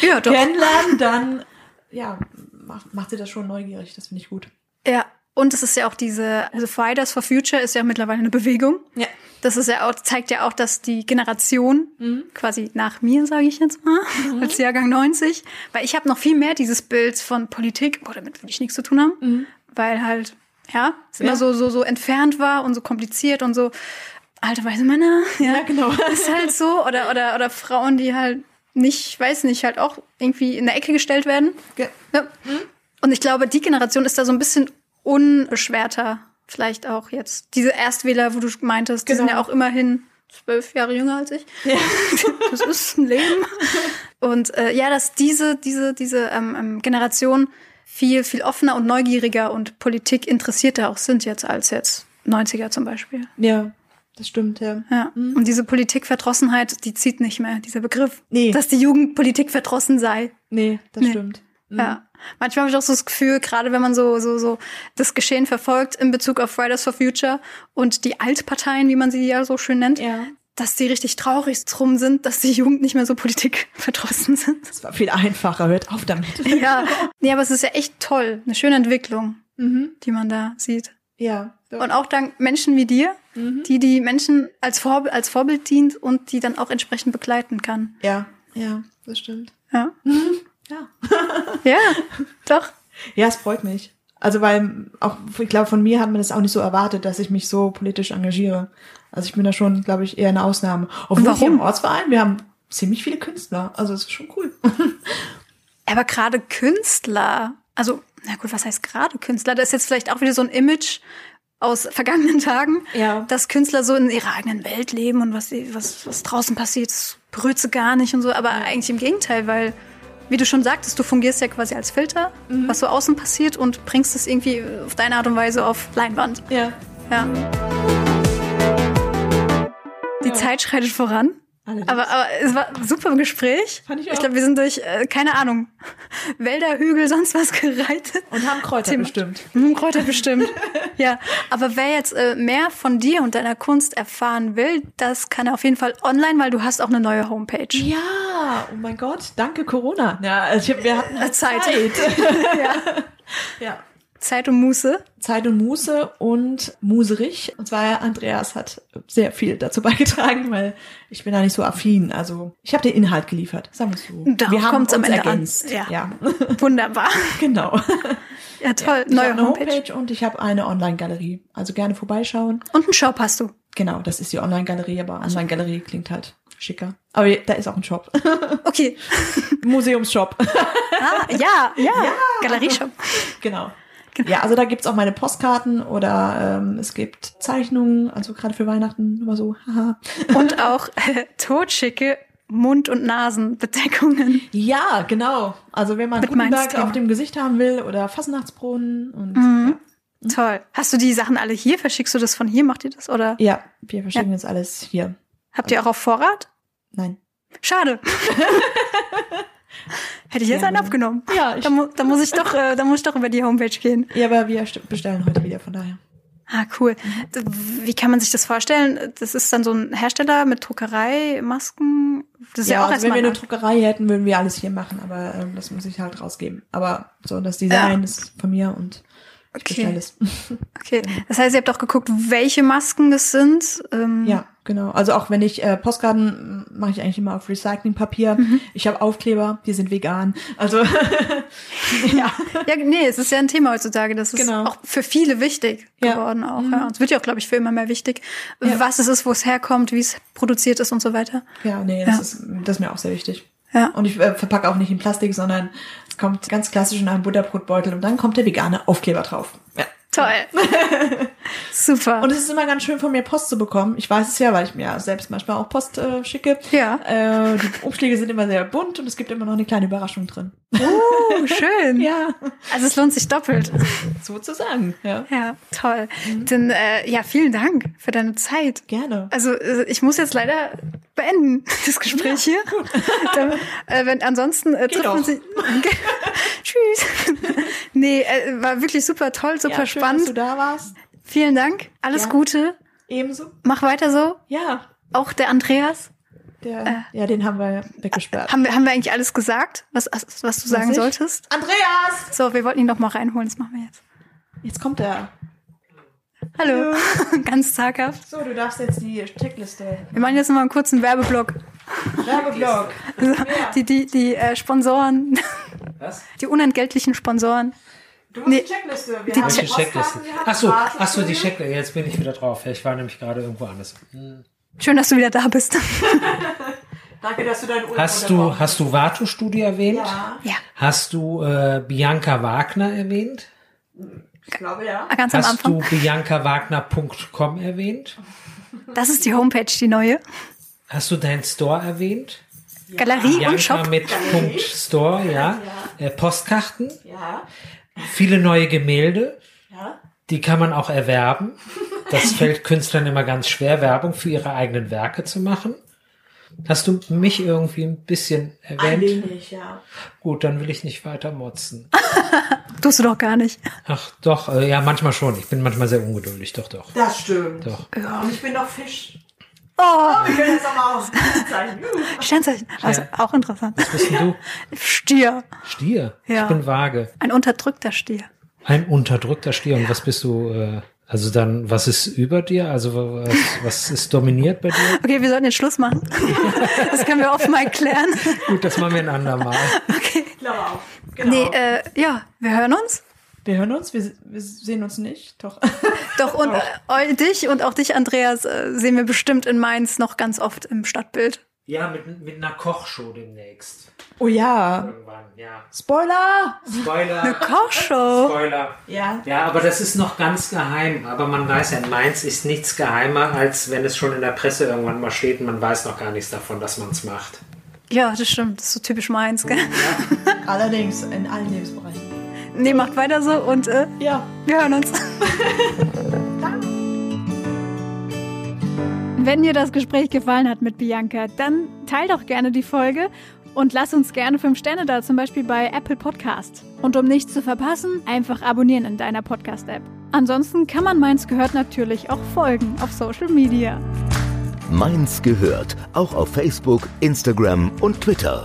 Ja, doch. kennenlernen, dann ja, macht, macht sie das schon neugierig, das finde ich gut. Ja, und es ist ja auch diese, also Fridays for Future ist ja mittlerweile eine Bewegung. Ja. Das ist ja auch, zeigt ja auch, dass die Generation Mhm. quasi nach mir, sage ich jetzt mal, als Jahrgang 90, weil ich habe noch viel mehr dieses Bild von Politik, boah, damit will ich nichts zu tun haben, weil halt, ja, es Mhm. Ja. immer so, so, so entfernt war und so kompliziert und so alte weiße Männer, ja, Ja, genau. ist halt so, oder, oder, oder Frauen, die halt nicht, weiß nicht, halt auch irgendwie in der Ecke gestellt werden. Ge- Ja. Und ich glaube, die Generation ist da so ein bisschen unbeschwerter, vielleicht auch jetzt. Diese Erstwähler, wo du meintest, die sind Genau. ja auch immerhin zwölf Jahre jünger als ich. Das ist ein Leben. Und äh, ja, dass diese, diese, diese ähm, ähm, Generation viel, viel offener und neugieriger und politikinteressierter auch sind jetzt als jetzt 90er zum Beispiel. Ja, das stimmt, ja. Ja. Und diese Politikverdrossenheit, die zieht nicht mehr, dieser Begriff. Nee. Dass die Jugend politikverdrossen sei. Nee, das Nee. stimmt. Ja. Manchmal habe ich auch so das Gefühl, gerade wenn man so, so, so das Geschehen verfolgt in Bezug auf Fridays for Future und die Altparteien, wie man sie ja so schön nennt, Ja. dass die richtig traurig drum sind, dass die Jugend nicht mehr so politikverdrossen sind. Das war viel einfacher, hört auf damit. ja. Nee, aber es ist ja echt toll. Eine schöne Entwicklung, die man da sieht. Mhm. Ja. Und auch dank Menschen wie dir, Mhm. die die Menschen als, Vorb als Vorbild dient und die dann auch entsprechend begleiten kann. ja, ja, das stimmt. Ja, Ja. ja doch. Ja, es freut mich. Also weil auch, ich glaube, von mir hat man das auch nicht so erwartet, dass ich mich so politisch engagiere. Also ich bin da schon, glaube ich, eher eine Ausnahme. Obwohl warum? hier im Ortsverein, wir haben ziemlich viele Künstler. Also es ist schon cool. Aber gerade Künstler, also, na gut, was heißt gerade Künstler? Das ist jetzt vielleicht auch wieder so ein Image aus vergangenen Tagen, Ja. dass Künstler so in ihrer eigenen Welt leben und was, sie- was, was draußen passiert, das berührt sie gar nicht und so. Aber eigentlich im Gegenteil, weil, wie du schon sagtest, du fungierst ja quasi als Filter, was so außen passiert und bringst es irgendwie auf deine Art und Weise auf Leinwand. Ja. Ja. Die Zeit schreitet voran. Allerdings. Aber, aber es war ein super Gespräch. Fand ich ich auch. glaube, wir sind durch, äh, keine Ahnung, Wälder, Hügel, sonst was gereitet. Und haben Kräuter Thema- bestimmt. Hm, Kräuter bestimmt. ja, aber wer jetzt äh, mehr von dir und deiner Kunst erfahren will, das kann er auf jeden Fall online, weil du hast auch eine neue Homepage. Ja, oh mein Gott, danke Corona. Ja, also ich, wir hatten halt Äh, Zeit. ja. ja. Zeit und Muße. Zeit und Muße und Muserich. Und zwar Andreas hat sehr viel dazu beigetragen, weil ich bin da nicht so affin. Also ich habe den Inhalt geliefert, sagen wir es so. Darauf wir haben kommt's am uns Ende an. ergänzt. Ja. Ja, Wunderbar. genau. Ja, toll. ich habe neue eine Homepage. Homepage, und ich habe eine Online-Galerie. Also gerne vorbeischauen. Und einen Shop hast du. Genau, das ist die Online-Galerie, aber Online-Galerie klingt halt schicker. Aber da ist auch ein Shop. Okay. Museumsshop. Ah, ja, ja. ja. Galerieshop. genau. Ja, also da gibt's auch meine Postkarten oder ähm, es gibt Zeichnungen, also gerade für Weihnachten immer so, haha. Und auch äh, totschicke Mund- und Nasenbedeckungen. Ja, genau. Also wenn man Mit guten Tag Mainstream. auf dem Gesicht haben will oder Fasnachtsbrunnen und Mhm. Toll. Hast du die Sachen alle hier? Verschickst du das von hier? Macht ihr das? Oder ja, wir verschicken jetzt alles hier. habt ihr auch auf Vorrat? Nein. Schade. Hätte ich jetzt Gerne. einen abgenommen. Ja, ich, Da, mu da muss ich doch, äh, da muss ich doch über die Homepage gehen. ja, aber wir st- bestellen heute wieder, von daher. Ah, cool. Mhm. D- Wie kann man sich das vorstellen? Das ist dann so ein Hersteller mit Druckerei, Masken. Das ist ja, auch also wenn erstmal. wir eine ein- Druckerei hätten, würden wir alles hier machen, aber ähm, das muss ich halt rausgeben. Aber so das Design ist von mir und ich Okay. bestelle es. Okay. Mhm. Das heißt, ihr habt auch geguckt, welche Masken das sind. Ähm, Ja, genau. Also auch wenn ich äh, Postkarten m, mache ich eigentlich immer auf Recyclingpapier. Mhm. Ich habe Aufkleber, die sind vegan. Also ja, Ja, nee, es ist ja ein Thema heutzutage. Das ist Genau. auch für viele wichtig Ja. Mhm. geworden auch. Ja. Und es wird ja auch, glaube ich, für immer mehr wichtig, Ja. was es ist, wo es herkommt, wie es produziert ist und so weiter. ja, nee, das Ja. ist das ist mir auch sehr wichtig. Ja. Und ich äh, verpacke auch nicht in Plastik, sondern es kommt ganz klassisch in einen Butterbrotbeutel und dann kommt der vegane Aufkleber drauf. Ja. Toll. Super. Und es ist immer ganz schön von mir Post zu bekommen. Ich weiß es ja, weil ich mir ja selbst manchmal auch Post äh, schicke. Ja. Äh, die Umschläge sind immer sehr bunt und es gibt immer noch eine kleine Überraschung drin. oh, schön. Ja, Also es lohnt sich doppelt. sozusagen. Ja, Ja, toll. Mhm. Dann, äh, ja, vielen Dank für deine Zeit. gerne. Also äh, ich muss jetzt leider beenden das Gespräch hier. Dann, äh, wenn, ansonsten äh, trifft man doch. sich. Tschüss. nee, äh, war wirklich super toll, super ja, schön, dass du spannend. da warst. Vielen Dank. Alles Ja. Gute. Ebenso. Mach weiter so. Ja, Auch der Andreas. der, Äh. ja, den haben wir weggesperrt. Haben wir, haben wir eigentlich alles gesagt, was, was du sagen ich? solltest? Andreas! So, wir wollten ihn noch mal reinholen. Das machen wir jetzt. Jetzt kommt er. Hallo. Ganz zaghaft. So, du darfst jetzt die Checkliste. Wir machen jetzt noch mal einen kurzen Werbeblock. Werbeblock. Also, Die, die, die äh, Sponsoren, Was? die unentgeltlichen Sponsoren. Du musst Nee. die Checkliste. Wir Die Welche Postkarten, Checkliste? wir haben Achso, Karten. achso, die Checkliste. Jetzt bin ich wieder drauf. Ich war nämlich gerade irgendwo anders. Schön, dass du wieder da bist. Danke, dass du deinen Urlaub Hast du, unterbrochen hast du Vatu-Studio erwähnt? Ja, Ja, Hast du äh, Bianca Wagner erwähnt? ich glaube ja. Ah, ganz am Hast du Anfang. biancawagner.com erwähnt? Das ist die Homepage, die neue. Hast du deinen Store erwähnt? Galerie und Shop. mit Punkt Store, ja. Äh, Postkarten, Ja, viele neue Gemälde, ja. die kann man auch erwerben. Das fällt Künstlern immer ganz schwer, Werbung für ihre eigenen Werke zu machen. Hast du mich irgendwie ein bisschen Ein erwähnt? wenig, ja. Gut, dann will ich nicht weiter motzen. Tust du doch gar nicht. Ach doch, äh, ja, manchmal schon. Ich bin manchmal sehr ungeduldig, doch, doch. Das stimmt. Doch. Und ich bin noch Fisch. Oh, Wir können jetzt auch mal Uh, auszeichnen. Sternzeichen. Also auch interessant. Was bist denn Stier. du? Stier. Ja. Ich bin vage. Ein unterdrückter Stier. Ein unterdrückter Stier. Und was bist du? Äh, Also dann, was ist über dir? Also was, was ist dominiert bei dir? Okay, wir sollten jetzt Schluss machen. Das können wir offen mal klären. Gut, das machen wir ein andermal. Okay. Ich glaube auch. Genau. Nee, äh, ja, wir hören uns. Wir hören uns, wir, wir sehen uns nicht. Doch. Doch, und äh, eu- dich und auch dich, Andreas, äh, sehen wir bestimmt in Mainz noch ganz oft im Stadtbild. Ja, mit, mit einer Kochshow demnächst. Oh ja. Irgendwann, ja. Spoiler! Spoiler. Kochshow. Spoiler. Ja. Ja, aber das ist noch ganz geheim. Aber man weiß ja, in Mainz ist nichts geheimer, als wenn es schon in der Presse irgendwann mal steht und man weiß noch gar nichts davon, dass man es macht. Ja, das stimmt. Das ist so typisch Mainz, gell? Allerdings in allen Lebensbereichen. Nee, macht weiter so und äh, Ja. wir hören uns. Wenn dir das Gespräch gefallen hat mit Bianca, dann teil doch gerne die Folge und lass uns gerne 5 Sterne da, zum Beispiel bei Apple Podcast. Und um nichts zu verpassen, einfach abonnieren in deiner Podcast-App. Ansonsten kann man meins gehört natürlich auch folgen auf Social Media. Mainz gehört, auch auf Facebook, Instagram und Twitter.